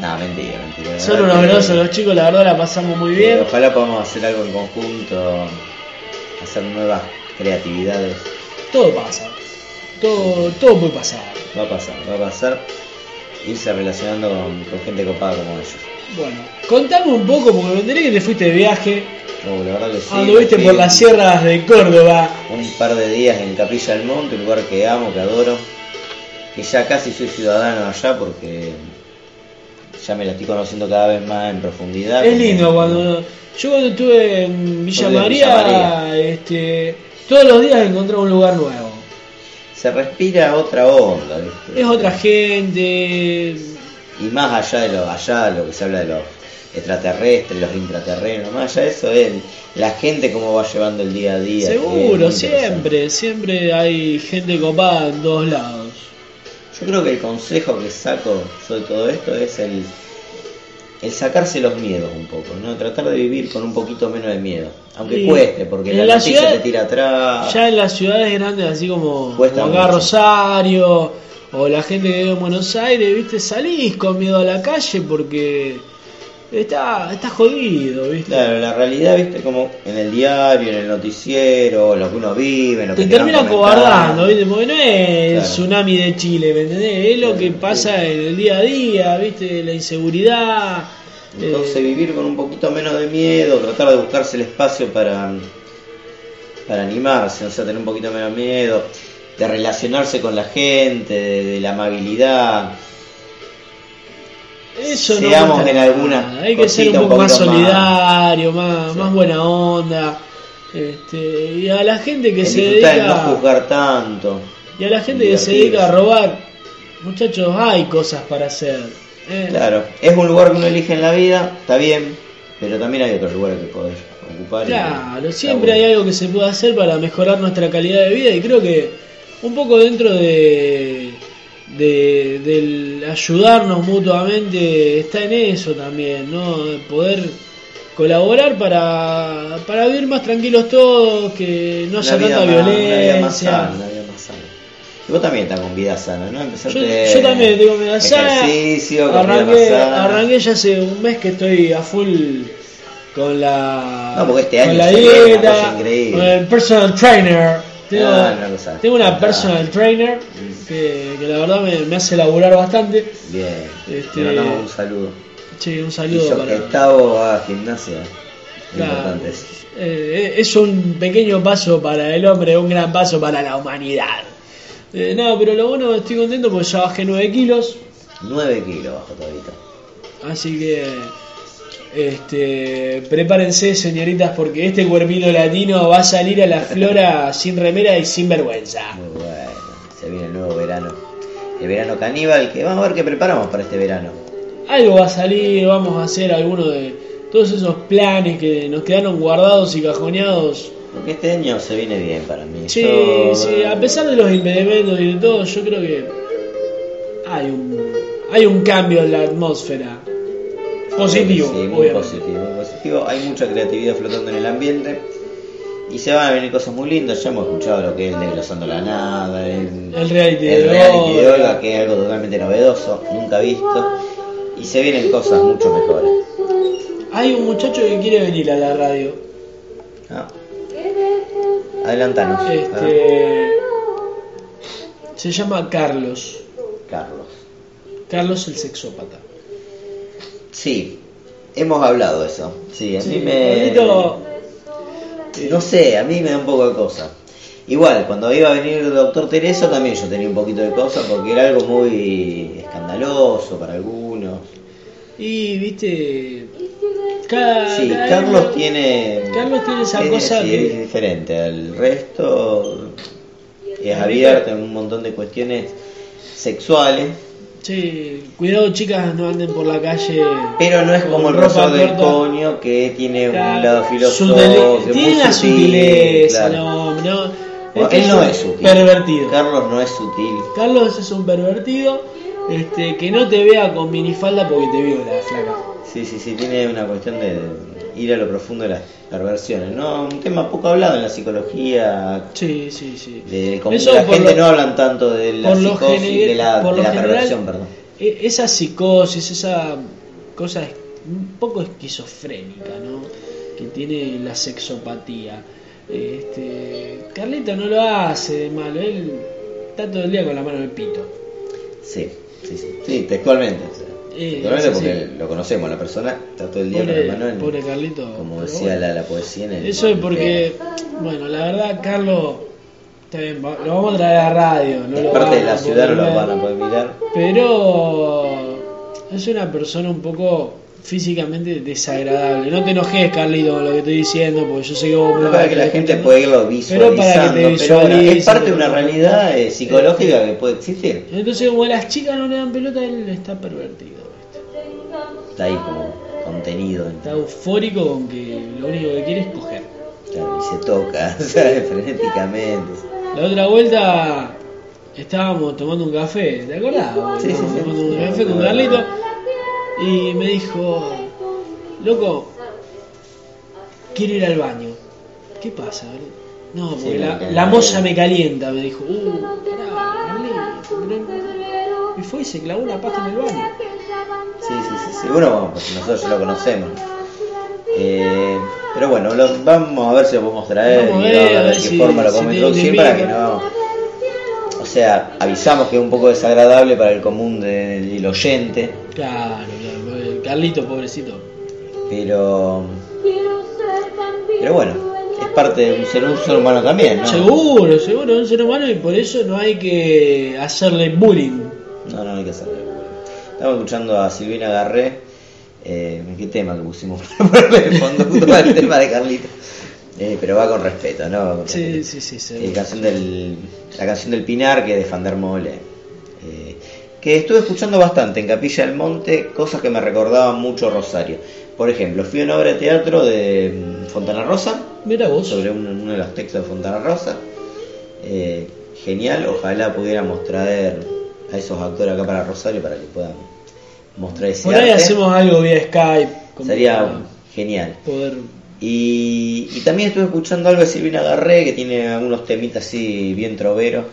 [SPEAKER 2] No, mentira, mentira.
[SPEAKER 1] son
[SPEAKER 2] La verdad
[SPEAKER 1] unos
[SPEAKER 2] que-
[SPEAKER 1] grosos los chicos, la verdad la pasamos muy
[SPEAKER 2] que
[SPEAKER 1] bien.
[SPEAKER 2] Ojalá podamos hacer algo en conjunto, hacer nuevas creatividades.
[SPEAKER 1] Todo pasa. Todo, todo puede pasar.
[SPEAKER 2] Va a pasar, va a pasar. Irse relacionando con, con gente copada como ellos.
[SPEAKER 1] Bueno, contame un poco, porque me enteré que te fuiste de viaje.
[SPEAKER 2] No, la verdad que sí,
[SPEAKER 1] anduviste
[SPEAKER 2] me
[SPEAKER 1] Ah, por
[SPEAKER 2] fui
[SPEAKER 1] las sierras de Córdoba.
[SPEAKER 2] un par de días en Capilla del Monte, un lugar que amo, que adoro, que ya casi soy ciudadano allá porque ya me la estoy conociendo cada vez más en profundidad.
[SPEAKER 1] Es
[SPEAKER 2] Como-
[SPEAKER 1] lindo cuando. Yo cuando estuve en Villa
[SPEAKER 2] Estuve en
[SPEAKER 1] María,
[SPEAKER 2] Villa María.
[SPEAKER 1] este, todos los días encontraba un lugar nuevo.
[SPEAKER 2] Se respira otra onda, ¿viste?
[SPEAKER 1] Es otra gente.
[SPEAKER 2] Y más allá de lo, allá lo que se habla de los extraterrestres, los intraterrenos, más allá de eso es la gente cómo va llevando el día a día. que es muy
[SPEAKER 1] Seguro,
[SPEAKER 2] interesante.
[SPEAKER 1] siempre, siempre hay gente copada en todos lados.
[SPEAKER 2] Yo creo que el consejo que saco yo de todo esto es el, el sacarse los miedos un poco, ¿no? Tratar de vivir con un poquito menos de miedo. Aunque
[SPEAKER 1] Y
[SPEAKER 2] cueste, porque
[SPEAKER 1] en
[SPEAKER 2] la,
[SPEAKER 1] la
[SPEAKER 2] noticia
[SPEAKER 1] ciudad-
[SPEAKER 2] te tira atrás.
[SPEAKER 1] Ya en las ciudades grandes, así como,
[SPEAKER 2] Cuesta
[SPEAKER 1] como acá
[SPEAKER 2] mucho.
[SPEAKER 1] Rosario o la gente que vive en Buenos Aires, viste, salís con miedo a la calle porque está, está jodido, viste.
[SPEAKER 2] Claro, la realidad, viste, como en el diario, en el noticiero, lo que uno vive, lo
[SPEAKER 1] Te
[SPEAKER 2] que van
[SPEAKER 1] termina
[SPEAKER 2] comentando.
[SPEAKER 1] cobardando, ¿viste? Porque no es el
[SPEAKER 2] Claro.
[SPEAKER 1] tsunami de Chile, ¿me entendés? Es lo
[SPEAKER 2] Claro,
[SPEAKER 1] que
[SPEAKER 2] sí.
[SPEAKER 1] pasa en el día a día, ¿viste? La inseguridad. eh,
[SPEAKER 2] Entonces vivir con un poquito menos de miedo, tratar de buscarse el espacio para, para animarse, o sea, tener un poquito menos miedo, de relacionarse con la gente, de, de la amabilidad.
[SPEAKER 1] eso no
[SPEAKER 2] seamos
[SPEAKER 1] cuesta
[SPEAKER 2] en
[SPEAKER 1] nada.
[SPEAKER 2] alguna
[SPEAKER 1] Hay que ser un
[SPEAKER 2] cosita un
[SPEAKER 1] poco más
[SPEAKER 2] poquito más.
[SPEAKER 1] solidario, más,
[SPEAKER 2] Sí.
[SPEAKER 1] más buena onda. Este, y a la gente que
[SPEAKER 2] el
[SPEAKER 1] se
[SPEAKER 2] disfrutar
[SPEAKER 1] dedica.
[SPEAKER 2] en no juzgar tanto.
[SPEAKER 1] Y a la gente que se
[SPEAKER 2] Divertirse.
[SPEAKER 1] dedica a robar, muchachos, hay cosas para hacer. ¿eh?
[SPEAKER 2] Claro, es un lugar que uno elige en la vida, está bien, pero también hay otros lugares que poder ocupar. y-
[SPEAKER 1] Claro,
[SPEAKER 2] está
[SPEAKER 1] siempre hay
[SPEAKER 2] bueno.
[SPEAKER 1] algo que se puede hacer para mejorar nuestra calidad de vida y creo que un poco dentro de, de- del ayudarnos mutuamente está en eso también, ¿no? De Poder colaborar para, para vivir más tranquilos todos, que no
[SPEAKER 2] Una
[SPEAKER 1] haya
[SPEAKER 2] vida
[SPEAKER 1] tanta
[SPEAKER 2] más- Una vida más sana,
[SPEAKER 1] violencia.
[SPEAKER 2] una vida más sana. Y vos también estás con vida sana, ¿no?
[SPEAKER 1] Yo,
[SPEAKER 2] Empezaste
[SPEAKER 1] yo también tengo mi sana.
[SPEAKER 2] Este, ejercicio, con vida más
[SPEAKER 1] Arranqué,
[SPEAKER 2] sana.
[SPEAKER 1] arranqué ya hace un mes que estoy a full con la,
[SPEAKER 2] No, porque este
[SPEAKER 1] con
[SPEAKER 2] año
[SPEAKER 1] la
[SPEAKER 2] salió una
[SPEAKER 1] dieta,
[SPEAKER 2] cosa increíble.
[SPEAKER 1] con el personal trainer. Tengo,
[SPEAKER 2] Ah, una cosa Mm.
[SPEAKER 1] tengo una
[SPEAKER 2] fantástica.
[SPEAKER 1] personal trainer que, que la verdad me, me hace laburar bastante.
[SPEAKER 2] Bien,
[SPEAKER 1] Este,
[SPEAKER 2] le mandamos un saludo.
[SPEAKER 1] Che, un
[SPEAKER 2] Y
[SPEAKER 1] saludo
[SPEAKER 2] yo
[SPEAKER 1] para.
[SPEAKER 2] que Gustavo a gimnasia.
[SPEAKER 1] Claro,
[SPEAKER 2] Importante eso.
[SPEAKER 1] eh, es un pequeño paso para el hombre, un gran paso para la humanidad. Eh, no, pero lo bueno, estoy contento porque ya bajé 9 kilos.
[SPEAKER 2] 9 kilos bajo todito.
[SPEAKER 1] Así que este, prepárense, señoritas, porque este cuerpito latino va a salir a la
[SPEAKER 2] *laughs*
[SPEAKER 1] flora sin remera y sin vergüenza.
[SPEAKER 2] Muy bueno. Se viene el nuevo verano. El verano caníbal que vamos a ver qué preparamos para este verano.
[SPEAKER 1] Algo va a salir, vamos a hacer alguno de todos esos planes que nos quedaron guardados y cajoneados.
[SPEAKER 2] Porque este año se viene bien para mí.
[SPEAKER 1] Sí,
[SPEAKER 2] Yo- eh,
[SPEAKER 1] sí, a pesar de los impedimentos y de todo, yo creo que hay un, hay un cambio en la atmósfera. Positivo,
[SPEAKER 2] Sí, muy
[SPEAKER 1] obviamente.
[SPEAKER 2] positivo, muy positivo. Hay mucha creatividad flotando en el ambiente. Y se van a venir cosas muy lindas. Ya hemos escuchado lo que es Desglosando la Nada, el,
[SPEAKER 1] El reality
[SPEAKER 2] el
[SPEAKER 1] de
[SPEAKER 2] reality de
[SPEAKER 1] Olga.
[SPEAKER 2] Olga, que es algo totalmente novedoso, nunca visto. Y se vienen cosas mucho mejores.
[SPEAKER 1] Hay un muchacho que quiere venir a la radio.
[SPEAKER 2] Ah. Adelantanos. ah,
[SPEAKER 1] Este, se llama Carlos.
[SPEAKER 2] Carlos.
[SPEAKER 1] Carlos el sexópata.
[SPEAKER 2] Sí, hemos hablado de eso. Sí, a mí
[SPEAKER 1] Sí,
[SPEAKER 2] me. eh,
[SPEAKER 1] Pablito,
[SPEAKER 2] No sé, a mí me da un poco de cosa. Igual, cuando iba a venir el doctor Tereso también yo tenía un poquito de cosa porque era algo muy escandaloso para algunos.
[SPEAKER 1] Y viste. cada-
[SPEAKER 2] Sí,
[SPEAKER 1] cada-
[SPEAKER 2] Carlos tiene.
[SPEAKER 1] Ah, Carlos tiene esa
[SPEAKER 2] tiene-
[SPEAKER 1] cosa
[SPEAKER 2] sí,
[SPEAKER 1] que-
[SPEAKER 2] Es diferente al resto. Es abierto en un montón de cuestiones sexuales.
[SPEAKER 1] Che, cuidado, chicas, no anden por la calle.
[SPEAKER 2] Pero no es
[SPEAKER 1] con
[SPEAKER 2] como el
[SPEAKER 1] ropa
[SPEAKER 2] rosado del
[SPEAKER 1] corta.
[SPEAKER 2] coño que tiene
[SPEAKER 1] Claro,
[SPEAKER 2] un lado
[SPEAKER 1] sutile-
[SPEAKER 2] filosófico.
[SPEAKER 1] Tiene
[SPEAKER 2] muy
[SPEAKER 1] la
[SPEAKER 2] sutil,
[SPEAKER 1] sutileza,
[SPEAKER 2] claro.
[SPEAKER 1] no, no.
[SPEAKER 2] Bueno,
[SPEAKER 1] Este
[SPEAKER 2] él no es sutil.
[SPEAKER 1] Pervertido.
[SPEAKER 2] Carlos no es sutil.
[SPEAKER 1] Carlos es un pervertido este, que no te vea con minifalda porque te viola, flaca.
[SPEAKER 2] Sí, sí, sí, tiene una cuestión de ir a lo profundo de las perversiones. No, un tema poco hablado en la psicología.
[SPEAKER 1] Sí, sí, sí.
[SPEAKER 2] De, como
[SPEAKER 1] Eso
[SPEAKER 2] la
[SPEAKER 1] por
[SPEAKER 2] gente
[SPEAKER 1] lo-
[SPEAKER 2] no hablan tanto de la
[SPEAKER 1] por lo
[SPEAKER 2] psicosis,
[SPEAKER 1] gene-
[SPEAKER 2] de la,
[SPEAKER 1] por
[SPEAKER 2] de
[SPEAKER 1] lo
[SPEAKER 2] la
[SPEAKER 1] general-
[SPEAKER 2] perversión, perdón.
[SPEAKER 1] E- Esa psicosis, esa cosa es- un poco esquizofrénica, ¿no? Que tiene la sexopatía. Este, Carlito no lo hace de malo, él está todo el día con la mano en el pito.
[SPEAKER 2] Sí, sí, sí, sí, textualmente. o sea,
[SPEAKER 1] Eh,
[SPEAKER 2] textualmente
[SPEAKER 1] es así.
[SPEAKER 2] porque lo conocemos, la persona está todo el día con la mano
[SPEAKER 1] Pobre,
[SPEAKER 2] en-
[SPEAKER 1] pobre Carlito.
[SPEAKER 2] Como
[SPEAKER 1] pero
[SPEAKER 2] decía
[SPEAKER 1] bueno.
[SPEAKER 2] la, la poesía en el.
[SPEAKER 1] Eso es porque, bueno, la verdad, Carlos, está bien, va- lo vamos a traer a la radio. No lo
[SPEAKER 2] Parte de
[SPEAKER 1] van a
[SPEAKER 2] la ciudad no
[SPEAKER 1] poder
[SPEAKER 2] lo
[SPEAKER 1] ver.
[SPEAKER 2] van a poder mirar.
[SPEAKER 1] Pero es una persona un poco físicamente desagradable. No te enojes, Carlito, con lo que estoy diciendo, porque yo sé que vos me
[SPEAKER 2] Pero
[SPEAKER 1] vas
[SPEAKER 2] para
[SPEAKER 1] a
[SPEAKER 2] que la
[SPEAKER 1] estar
[SPEAKER 2] gente
[SPEAKER 1] escuchando.
[SPEAKER 2] pueda irlo
[SPEAKER 1] Pero
[SPEAKER 2] visualizando.
[SPEAKER 1] para que te
[SPEAKER 2] pero bueno, es
[SPEAKER 1] visualice,
[SPEAKER 2] parte de una
[SPEAKER 1] pero-
[SPEAKER 2] realidad eh, psicológica que puede existir.
[SPEAKER 1] Entonces, como a las chicas no le dan pelota, él está pervertido. ¿viste?
[SPEAKER 2] Está ahí como contenido.
[SPEAKER 1] Está eufórico con que lo único que quiere es coger.
[SPEAKER 2] *laughs* Claro, y se toca, ¿sabes? frenéticamente.
[SPEAKER 1] La otra vuelta estábamos tomando un café, ¿te acordás?
[SPEAKER 2] Sí, sí, sí.
[SPEAKER 1] Tomando un
[SPEAKER 2] Sí,
[SPEAKER 1] café con
[SPEAKER 2] me acuerdo.
[SPEAKER 1] Carlito y me dijo, loco, quiero ir al baño. ¿Qué pasa? boludo? No, porque
[SPEAKER 2] Sí,
[SPEAKER 1] la,
[SPEAKER 2] me
[SPEAKER 1] la
[SPEAKER 2] calienta.
[SPEAKER 1] moza me calienta, me dijo. Uh, pará, Carlito, mirá". y fue y se clavó una paja en el baño.
[SPEAKER 2] Sí, sí, sí, seguro vamos, pues nosotros ya lo conocemos. Eh, pero bueno, lo- vamos a ver si lo podemos traer
[SPEAKER 1] Vamos a
[SPEAKER 2] y
[SPEAKER 1] ver,
[SPEAKER 2] vamos a
[SPEAKER 1] a
[SPEAKER 2] ver
[SPEAKER 1] ver
[SPEAKER 2] qué
[SPEAKER 1] si-
[SPEAKER 2] forma lo
[SPEAKER 1] si
[SPEAKER 2] podemos
[SPEAKER 1] tiene
[SPEAKER 2] introducir
[SPEAKER 1] pica.
[SPEAKER 2] para que no. O sea, avisamos que es un poco desagradable para el común de- del oyente,
[SPEAKER 1] Claro, claro, el Carlito, pobrecito.
[SPEAKER 2] pero. Pero bueno, es parte de un ser, un ser humano también, ¿no?
[SPEAKER 1] Seguro, seguro, es un ser humano y por eso no hay que hacerle bullying.
[SPEAKER 2] No, no hay que hacerlo. Estamos escuchando a Silvina Garré. Eh, ¿Qué tema que pusimos *laughs* para ponerle de fondo junto con el tema de Carlito? Eh, pero va con respeto, ¿no? Va con
[SPEAKER 1] Sí,
[SPEAKER 2] respeto.
[SPEAKER 1] sí, sí,
[SPEAKER 2] Eh,
[SPEAKER 1] seguro.
[SPEAKER 2] canción del, la canción del Pinar que es de Fander Mole. Eh, que estuve escuchando bastante en Capilla del Monte, cosas que me recordaban mucho a Rosario. Por ejemplo, fui a una obra de teatro de mm, Fontana Rosa,
[SPEAKER 1] Mira vos.
[SPEAKER 2] sobre un- uno de los textos de Fontana Rosa. Eh, genial, ojalá pudiéramos traer a esos actores acá para Rosario para que puedan mostrar ese
[SPEAKER 1] Por ahí
[SPEAKER 2] arte.
[SPEAKER 1] hacemos algo vía Skype. como
[SPEAKER 2] Sería
[SPEAKER 1] para
[SPEAKER 2] genial.
[SPEAKER 1] Poder.
[SPEAKER 2] Y, y también estuve escuchando algo de Silvina Garré, que tiene algunos temitas así bien troveros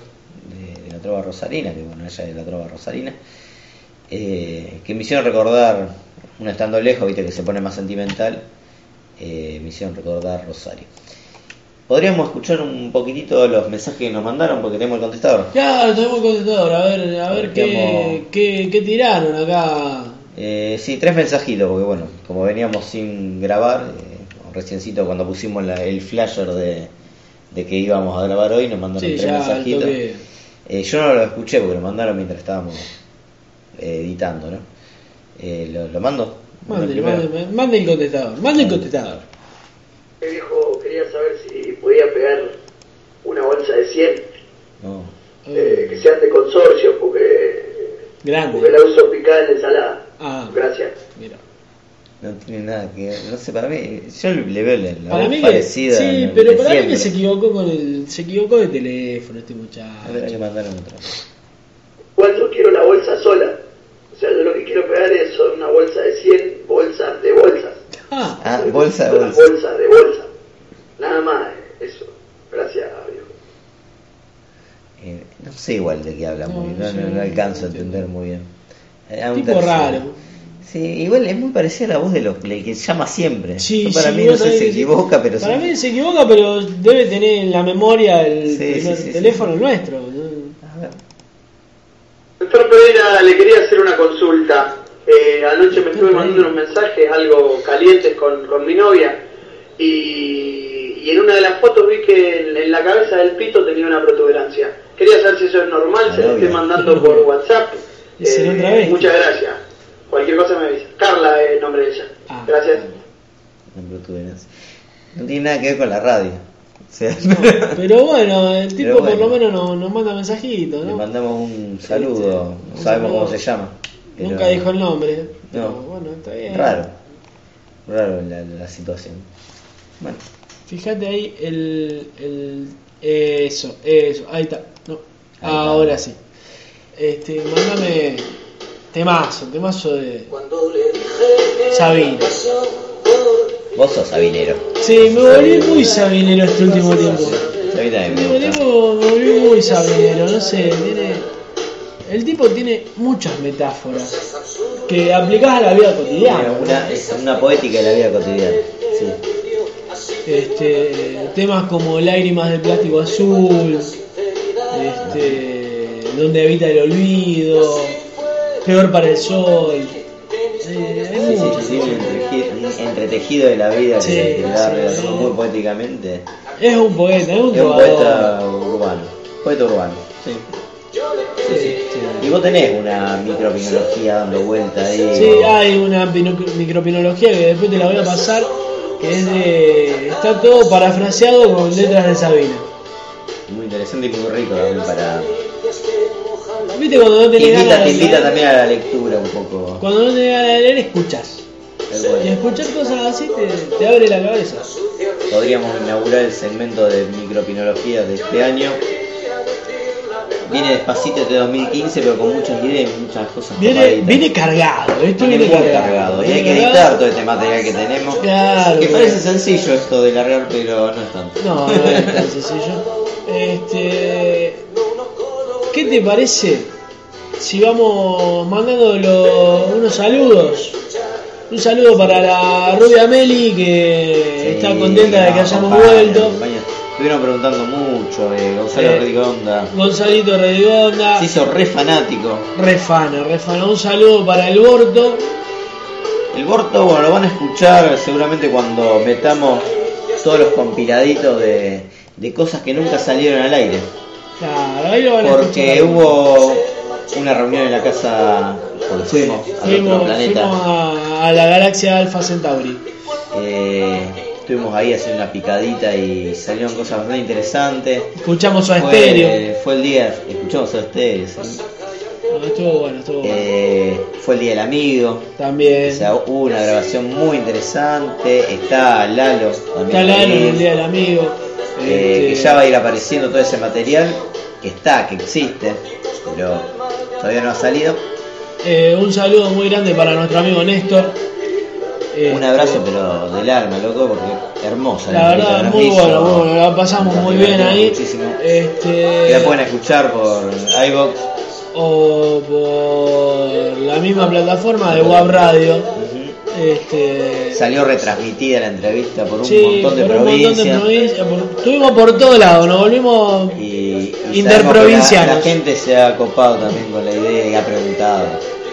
[SPEAKER 2] de, de la trova rosarina, que bueno, ella es de la trova rosarina, eh, que me hicieron recordar, uno estando lejos, viste que se pone más sentimental, eh, me hicieron recordar Rosario. Podríamos escuchar un poquitito los mensajes que nos mandaron porque tenemos el contestador.
[SPEAKER 1] Claro, tenemos contestador, a ver, a ver qué,
[SPEAKER 2] Sorteamos.
[SPEAKER 1] qué, qué tiraron acá.
[SPEAKER 2] Eh, sí, tres mensajitos, porque bueno, como veníamos sin grabar, eh, reciéncito cuando pusimos la- el flasher de, de que íbamos a grabar hoy, nos mandaron
[SPEAKER 1] Sí,
[SPEAKER 2] tres
[SPEAKER 1] ya al
[SPEAKER 2] mensajitos.
[SPEAKER 1] toque.
[SPEAKER 2] Eh, yo no lo escuché porque lo mandaron mientras estábamos eh, editando, ¿no? Eh, ¿lo, lo mando? ¿Mando el
[SPEAKER 1] Mande,
[SPEAKER 2] primero?
[SPEAKER 1] mande, mande el contestador, mande el contestador.
[SPEAKER 8] Me dijo, quería saber si podía pegar una bolsa de 100,
[SPEAKER 2] No.
[SPEAKER 1] Mm.
[SPEAKER 8] eh, que sean de consorcio, porque, porque
[SPEAKER 1] Grande.
[SPEAKER 8] la uso picada en la ensalada.
[SPEAKER 1] Ah,
[SPEAKER 8] Gracias.
[SPEAKER 1] mira.
[SPEAKER 2] No tiene nada que ver, no sé, para mí, yo le veo la, la
[SPEAKER 1] Para
[SPEAKER 2] voz
[SPEAKER 1] mí que, sí,
[SPEAKER 2] parecida. en el
[SPEAKER 1] pero
[SPEAKER 2] de
[SPEAKER 1] para mí que se
[SPEAKER 2] siempre.
[SPEAKER 1] equivocó con el, se equivocó de teléfono este
[SPEAKER 2] A ver, hay que
[SPEAKER 1] muchacho.
[SPEAKER 2] mandaron otra.
[SPEAKER 8] Igual yo quiero la bolsa sola. O sea, yo lo que quiero pegar es son una bolsa de 100 bolsas de bolsas.
[SPEAKER 1] Ah,
[SPEAKER 2] Ah, bolsa,
[SPEAKER 8] Son las
[SPEAKER 2] bolsa.
[SPEAKER 8] bolsas de bolsa. Nada más, eh, eso. Gracias, viejo.
[SPEAKER 2] Eh, no sé igual de qué habla
[SPEAKER 1] No,
[SPEAKER 2] muy bien, no,
[SPEAKER 1] no sé,
[SPEAKER 2] no- no
[SPEAKER 1] no
[SPEAKER 2] alcanzo a
[SPEAKER 1] entiendo.
[SPEAKER 2] entender muy bien. Eh, a un
[SPEAKER 1] tipo
[SPEAKER 2] tercero.
[SPEAKER 1] raro.
[SPEAKER 2] Sí, igual es muy parecida a la voz de los Play, que llama siempre.
[SPEAKER 1] Sí,
[SPEAKER 2] Yo *laughs* para
[SPEAKER 1] sí,
[SPEAKER 2] mí no
[SPEAKER 1] vos
[SPEAKER 2] sé si
[SPEAKER 1] sabés
[SPEAKER 2] se
[SPEAKER 1] que-
[SPEAKER 2] equivoca, pero
[SPEAKER 1] Para
[SPEAKER 2] sí.
[SPEAKER 1] mí se equivoca, pero debe tener en la memoria el
[SPEAKER 2] Sí,
[SPEAKER 1] primer
[SPEAKER 2] sí, sí,
[SPEAKER 1] teléfono nuestro. ¿no?
[SPEAKER 2] A ver.
[SPEAKER 8] Doctor Pereira, le quería hacer una consulta. Eh, anoche me estuve mandando unos mensajes algo calientes con, con mi novia y, y en una de las fotos vi que en, en la cabeza del pito tenía una protuberancia. Quería saber si eso es normal,
[SPEAKER 2] La
[SPEAKER 8] se lo estoy
[SPEAKER 2] novia.
[SPEAKER 8] mandando por WhatsApp. Eh,
[SPEAKER 1] Y será otra vez.
[SPEAKER 8] Muchas gracias. Cualquier cosa me avisa. Carla es el nombre de ella.
[SPEAKER 1] Ah.
[SPEAKER 8] Gracias.
[SPEAKER 2] No, pero tú verás. No tiene nada que ver con la radio. O sea, *laughs*
[SPEAKER 1] Pero bueno, el tipo
[SPEAKER 2] Pero bueno.
[SPEAKER 1] por lo menos nos, nos manda mensajitos,
[SPEAKER 2] le
[SPEAKER 1] ¿no?
[SPEAKER 2] mandamos un saludo.
[SPEAKER 1] Este,
[SPEAKER 2] No
[SPEAKER 1] un
[SPEAKER 2] sabemos
[SPEAKER 1] saludo.
[SPEAKER 2] cómo se llama. pero-
[SPEAKER 1] Nunca dijo el nombre. pero
[SPEAKER 2] No.
[SPEAKER 1] bueno, está bien.
[SPEAKER 2] Raro. Raro la, la situación. Bueno,
[SPEAKER 1] Fíjate ahí el, el- Eso, eso. Ahí está. No. Ahora sí. Este, mándame. Temazo, temazo de.
[SPEAKER 4] Cuando le dije
[SPEAKER 1] Sabino.
[SPEAKER 4] pasión por
[SPEAKER 2] vos sos Sabinero.
[SPEAKER 1] Sí, me volví muy sabinero este último tiempo.
[SPEAKER 2] Sabina
[SPEAKER 1] Este
[SPEAKER 2] me
[SPEAKER 1] último
[SPEAKER 2] gusta.
[SPEAKER 1] tiempo me volví muy sabinero, no sé, tiene. El tipo tiene muchas metáforas que aplicás a la vida
[SPEAKER 2] Mira,
[SPEAKER 1] cotidiana.
[SPEAKER 2] una, es una poética de la vida cotidiana. Sí.
[SPEAKER 1] este, temas como Lágrimas de plástico azul, este, Donde habita el olvido, Peor para el sol. Eh, hay
[SPEAKER 2] Sí, sí,
[SPEAKER 1] mucho.
[SPEAKER 2] sí, un entretejido, un entretejido de la vida
[SPEAKER 1] Sí,
[SPEAKER 2] que le da
[SPEAKER 1] sí,
[SPEAKER 2] Redondo
[SPEAKER 1] sí.
[SPEAKER 2] muy poéticamente.
[SPEAKER 1] Es un poeta, es un
[SPEAKER 2] Es un
[SPEAKER 1] trovador.
[SPEAKER 2] poeta urbano. Poeta urbano.
[SPEAKER 1] Sí. Este,
[SPEAKER 2] Y vos tenés una micropinología dando vuelta ahí.
[SPEAKER 1] Sí, hay una pino- micropinología que después te la voy a pasar, que es de... Está todo parafraseado con letras de Sabina.
[SPEAKER 2] Muy interesante y muy rico también para.
[SPEAKER 1] ¿Viste cuando no
[SPEAKER 2] Te
[SPEAKER 1] tenés
[SPEAKER 2] invita,
[SPEAKER 1] ganas
[SPEAKER 2] te
[SPEAKER 1] de
[SPEAKER 2] invita
[SPEAKER 1] leer?
[SPEAKER 2] también a la lectura un poco.
[SPEAKER 1] Cuando no tenés ganas de leer, escuchas.
[SPEAKER 2] Es
[SPEAKER 1] Y
[SPEAKER 2] bueno.
[SPEAKER 1] escuchar cosas así te, te abre la cabeza.
[SPEAKER 2] Podríamos inaugurar el segmento de micropinología de este año Viene despacito este 2015, pero con muchos videos y muchas cosas.
[SPEAKER 1] Viene,
[SPEAKER 2] copaditas.
[SPEAKER 1] viene cargado, esto
[SPEAKER 2] Viene
[SPEAKER 1] viene,
[SPEAKER 2] muy cargado. Y hay que
[SPEAKER 1] Viene
[SPEAKER 2] editar
[SPEAKER 1] cargado.
[SPEAKER 2] todo este material que tenemos.
[SPEAKER 1] Claro,
[SPEAKER 2] Que
[SPEAKER 1] bueno.
[SPEAKER 2] parece sencillo esto de largar, pero no es tanto.
[SPEAKER 1] No, no es tan sencillo. Este, ¿Qué te parece si vamos mandando los- unos saludos? Un saludo para la rubia Meli que
[SPEAKER 2] Sí,
[SPEAKER 1] está contenta de que
[SPEAKER 2] no,
[SPEAKER 1] hayamos
[SPEAKER 2] acompaña,
[SPEAKER 1] vuelto.
[SPEAKER 2] acompaña. Estuvieron preguntando mucho, eh, Gonzalo
[SPEAKER 1] Eh.
[SPEAKER 2] Rigonda.
[SPEAKER 1] Gonzalito Redigonda.
[SPEAKER 2] Se hizo re fanático.
[SPEAKER 1] Refana, refana. Un saludo para el Borto.
[SPEAKER 2] El Borto, bueno, lo van a escuchar seguramente cuando metamos todos los compiladitos de, de cosas que nunca salieron al aire.
[SPEAKER 1] Claro, ahí lo van a
[SPEAKER 2] Porque
[SPEAKER 1] escuchar.
[SPEAKER 2] hubo una reunión en la casa, cuando fuimos al
[SPEAKER 1] Fuimos,
[SPEAKER 2] otro
[SPEAKER 1] fuimos
[SPEAKER 2] planeta,
[SPEAKER 1] a, a la galaxia Alpha Centauri.
[SPEAKER 2] eh, estuvimos ahí haciendo una picadita y salieron cosas muy interesantes.
[SPEAKER 1] Escuchamos a Estéreo.
[SPEAKER 2] Fue, fue el día, escuchamos a ustedes, ¿sí?
[SPEAKER 1] Estuvo bueno, estuvo bueno.
[SPEAKER 2] Eh, fue el día del amigo. O
[SPEAKER 1] También.
[SPEAKER 2] sea, hubo una grabación muy interesante. Está Lalo también.
[SPEAKER 1] Está Lalo
[SPEAKER 2] ahí.
[SPEAKER 1] en el Día del Amigo.
[SPEAKER 2] Eh, que
[SPEAKER 1] Este,
[SPEAKER 2] ya va a ir apareciendo todo ese material que está, que existe, pero todavía no ha salido.
[SPEAKER 1] eh, un saludo muy grande para nuestro amigo Néstor.
[SPEAKER 2] Un
[SPEAKER 1] Este,
[SPEAKER 2] abrazo, pero del alma, loco, porque hermosa.
[SPEAKER 1] La verdad,
[SPEAKER 2] entrevista,
[SPEAKER 1] muy
[SPEAKER 2] nos hizo,
[SPEAKER 1] bueno, muy bueno, la pasamos
[SPEAKER 2] nos
[SPEAKER 1] muy bien
[SPEAKER 2] divertimos
[SPEAKER 1] ahí.
[SPEAKER 2] muchísimo.
[SPEAKER 1] Este,
[SPEAKER 2] Que la pueden escuchar por iBox.
[SPEAKER 1] o por la misma plataforma de Web Radio.
[SPEAKER 2] Ujú.
[SPEAKER 1] Este,
[SPEAKER 2] Salió retransmitida la entrevista por un
[SPEAKER 1] sí,
[SPEAKER 2] montón de
[SPEAKER 1] por un
[SPEAKER 2] provincias.
[SPEAKER 1] montón de provincias, por- estuvimos por todos lados, nos volvimos
[SPEAKER 2] Y, y sabemos que
[SPEAKER 1] Interprovincianos.
[SPEAKER 2] La, la gente se ha copado también con la idea y ha preguntado.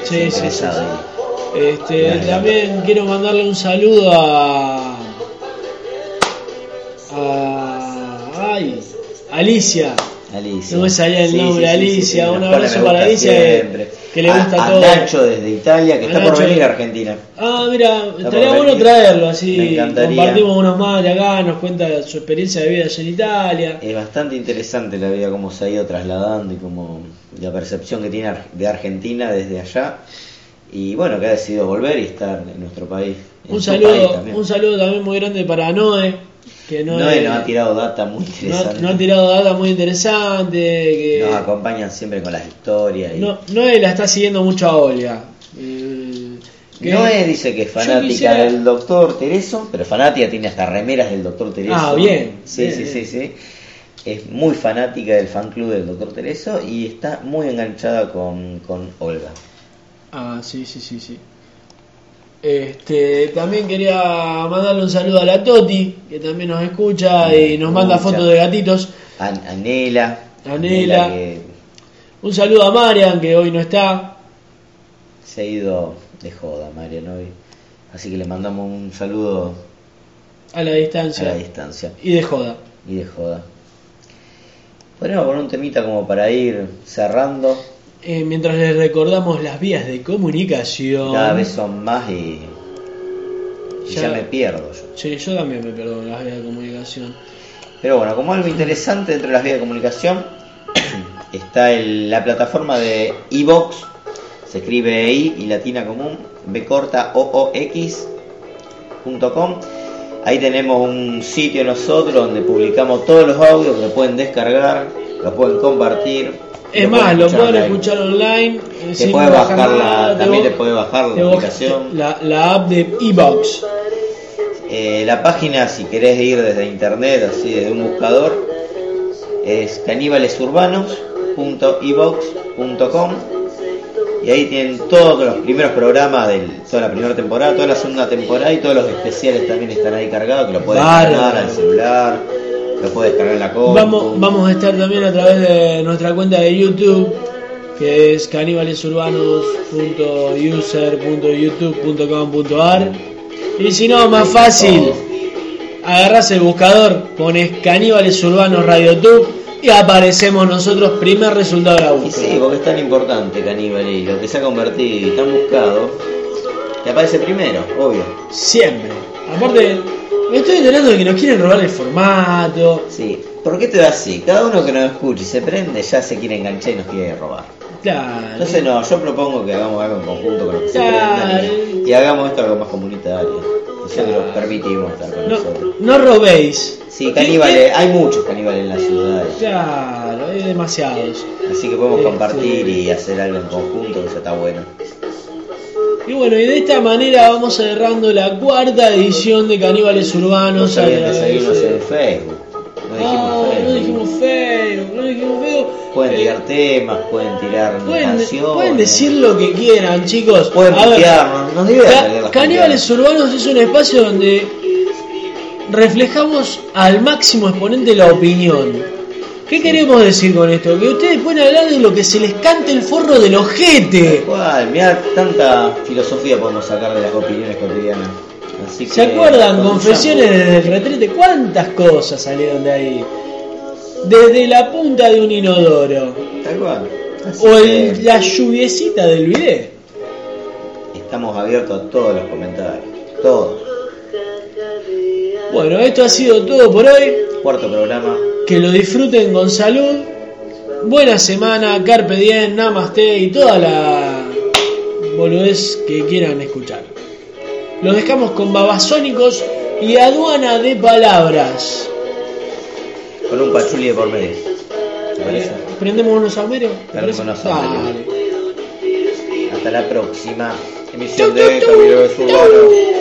[SPEAKER 1] Sí,
[SPEAKER 2] se ha
[SPEAKER 1] sí,
[SPEAKER 2] interesado.
[SPEAKER 1] Este,
[SPEAKER 2] Bien.
[SPEAKER 1] también quiero mandarle un saludo a. a. Ay, Alicia.
[SPEAKER 2] Alicia.
[SPEAKER 1] No me salía el nombre, Alicia. Un
[SPEAKER 2] nos
[SPEAKER 1] abrazo
[SPEAKER 2] pone me
[SPEAKER 1] para
[SPEAKER 2] gusta
[SPEAKER 1] Alicia, que- que le
[SPEAKER 2] A-
[SPEAKER 1] gusta
[SPEAKER 2] a
[SPEAKER 1] todo.
[SPEAKER 2] Nacho desde Italia, que
[SPEAKER 1] A
[SPEAKER 2] está por
[SPEAKER 1] Nacho.
[SPEAKER 2] venir a Argentina.
[SPEAKER 1] Ah, mira,
[SPEAKER 2] por
[SPEAKER 1] estaría
[SPEAKER 2] venir.
[SPEAKER 1] bueno traerlo
[SPEAKER 2] Me
[SPEAKER 1] así.
[SPEAKER 2] encantaría.
[SPEAKER 1] Compartimos unos más acá, nos cuenta su experiencia de vida allá en Italia.
[SPEAKER 2] Es bastante interesante la vida, cómo se ha ido trasladando y cómo la percepción que tiene Ar- de Argentina desde allá. Y bueno, que ha decidido volver y estar en nuestro país. en
[SPEAKER 1] Un
[SPEAKER 2] su país
[SPEAKER 1] saludo,
[SPEAKER 2] también.
[SPEAKER 1] un saludo también muy grande para Noé. Que Noé,
[SPEAKER 2] Noé nos ha tirado data muy
[SPEAKER 1] no-
[SPEAKER 2] interesante.
[SPEAKER 1] no ha tirado data muy interesante. Que,
[SPEAKER 2] Nos acompañan siempre con las historias. Y...
[SPEAKER 1] No, Noé la está siguiendo mucho a Olga. Eh, que-
[SPEAKER 2] Noé dice que es
[SPEAKER 1] Yo
[SPEAKER 2] fanática
[SPEAKER 1] quisiera-
[SPEAKER 2] del doctor Tereso, pero fanática tiene hasta remeras del doctor Tereso.
[SPEAKER 1] Ah, bien,
[SPEAKER 2] Sí,
[SPEAKER 1] bien,
[SPEAKER 2] sí,
[SPEAKER 1] bien.
[SPEAKER 2] sí, sí. Es muy fanática del fan club del doctor Tereso y está muy enganchada con, con Olga.
[SPEAKER 1] Ah, sí, sí, sí, sí. Este, también quería mandarle un saludo a la Toti, que también nos escucha y nos manda
[SPEAKER 2] Escucha.
[SPEAKER 1] fotos de gatitos.
[SPEAKER 2] An- Anela.
[SPEAKER 1] Anela.
[SPEAKER 2] que
[SPEAKER 1] Un saludo a Marian, que hoy no está.
[SPEAKER 2] se ha ido de joda, Marian, hoy. Así que le mandamos un saludo
[SPEAKER 1] A la distancia.
[SPEAKER 2] a la distancia
[SPEAKER 1] Y de joda.
[SPEAKER 2] y de joda. Podríamos poner un temita como para ir cerrando.
[SPEAKER 1] Eh, mientras les recordamos las vías de comunicación.
[SPEAKER 2] Cada vez son más y, y
[SPEAKER 1] Ya-
[SPEAKER 2] ya me pierdo yo.
[SPEAKER 1] Sí, yo también me perdono las vías de comunicación.
[SPEAKER 2] Pero bueno, como algo interesante dentro de las vías de comunicación *coughs* está el- la plataforma de iVox, se escribe I y latina común, B corta O O X punto com. Ahí tenemos un sitio nosotros donde publicamos todos los audios que pueden descargar, los pueden compartir. y
[SPEAKER 1] Es
[SPEAKER 2] los
[SPEAKER 1] más, lo pueden
[SPEAKER 2] online.
[SPEAKER 1] escuchar online. eh,
[SPEAKER 2] Te
[SPEAKER 1] sin
[SPEAKER 2] puedes
[SPEAKER 1] bajar
[SPEAKER 2] bajar
[SPEAKER 1] nada,
[SPEAKER 2] la, también
[SPEAKER 1] bo-
[SPEAKER 2] te puedes bajar la
[SPEAKER 1] te bo-
[SPEAKER 2] aplicación.
[SPEAKER 1] la- la app de Ebox.
[SPEAKER 2] Eh, la página, si querés ir desde internet, así desde un buscador, es e caníbalesurbanos.evox.com y ahí tienen todos los primeros programas de toda la primera temporada, toda la segunda temporada y todos los especiales también están ahí cargados, que lo puedes
[SPEAKER 1] Bárbaro.
[SPEAKER 2] cargar al celular, lo puedes cargar en la compu.
[SPEAKER 1] Vamos, vamos a estar también a través de nuestra cuenta de YouTube, que es caníbalesurbanos.user.youtube.com.ar. Y si no, más fácil, agarras el buscador, pones Caníbales Urbanos Radio Tube y aparecemos nosotros, primer resultado de la
[SPEAKER 2] Y sí,
[SPEAKER 1] búsqueda.
[SPEAKER 2] porque es tan importante Caníbal y lo que se ha convertido y tan buscado, te aparece primero, obvio.
[SPEAKER 1] Siempre. Aparte, me estoy enterando de que nos quieren robar el formato.
[SPEAKER 2] Sí, ¿por qué te va así? Cada uno que nos escuche y se prende ya se quiere enganchar y nos quiere robar.
[SPEAKER 1] Claro.
[SPEAKER 2] Entonces no, yo propongo que hagamos algo en conjunto con los que se
[SPEAKER 1] Ah, Claro.
[SPEAKER 2] prendan y, y hagamos esto algo más comunitario. Nosotros los permitimos estar con
[SPEAKER 1] No,
[SPEAKER 2] nosotros.
[SPEAKER 1] no robéis.
[SPEAKER 2] Sí, caníbales, hay muchos caníbales en la ciudad.
[SPEAKER 1] Claro, es demasiados.
[SPEAKER 2] Así que podemos
[SPEAKER 1] Este.
[SPEAKER 2] compartir y hacer algo en conjunto, que ya está bueno.
[SPEAKER 1] Y bueno, y de esta manera vamos cerrando la cuarta edición de Caníbales
[SPEAKER 2] No
[SPEAKER 1] Urbanos.
[SPEAKER 2] sabían de
[SPEAKER 1] Agradece-
[SPEAKER 2] seguirnos en Facebook. eh. No
[SPEAKER 1] Ah,
[SPEAKER 2] dijimos
[SPEAKER 1] no
[SPEAKER 2] Facebook.
[SPEAKER 1] dijimos Facebook, no dijimos Facebook.
[SPEAKER 2] Pueden
[SPEAKER 1] Eh,
[SPEAKER 2] tirar temas, pueden tirar
[SPEAKER 1] pueden,
[SPEAKER 2] canciones.
[SPEAKER 1] pueden decir lo que quieran, chicos.
[SPEAKER 2] Pueden
[SPEAKER 1] A ver,
[SPEAKER 2] putearnos, nos divierte
[SPEAKER 1] Ca-
[SPEAKER 2] leer las
[SPEAKER 1] Caníbales Urbanos es un espacio donde reflejamos al máximo exponente la opinión. ¿Qué queremos decir con esto? Que ustedes pueden hablar de lo que se les cante el forro del ojete.
[SPEAKER 2] Guay, mirá, tanta filosofía podemos sacar de las opiniones cotidianas. Así
[SPEAKER 1] ¿Se
[SPEAKER 2] que,
[SPEAKER 1] acuerdan?
[SPEAKER 2] construyamos.
[SPEAKER 1] Confesiones desde el retrete. ¿Cuántas cosas salieron de ahí? Desde la punta de un inodoro.
[SPEAKER 2] Tal cual. Así
[SPEAKER 1] O
[SPEAKER 2] que
[SPEAKER 1] el- la lluviecita del video.
[SPEAKER 2] Estamos abiertos a todos los comentarios. Todos.
[SPEAKER 1] Bueno, esto ha sido todo por hoy.
[SPEAKER 2] Cuarto programa.
[SPEAKER 1] Que lo disfruten con salud. Buena semana, carpe diem, namaste y toda la boludez que quieran escuchar. Los dejamos con babasónicos y aduana de palabras.
[SPEAKER 2] Con un pachuli de por medio. ¿Te parece?
[SPEAKER 1] ¿Prendemos unos saumeros? ¿Te
[SPEAKER 2] Prendemos
[SPEAKER 1] parece?
[SPEAKER 2] unos saumeros.
[SPEAKER 1] Dale.
[SPEAKER 2] Hasta la próxima emisión de Camilo de Urbano.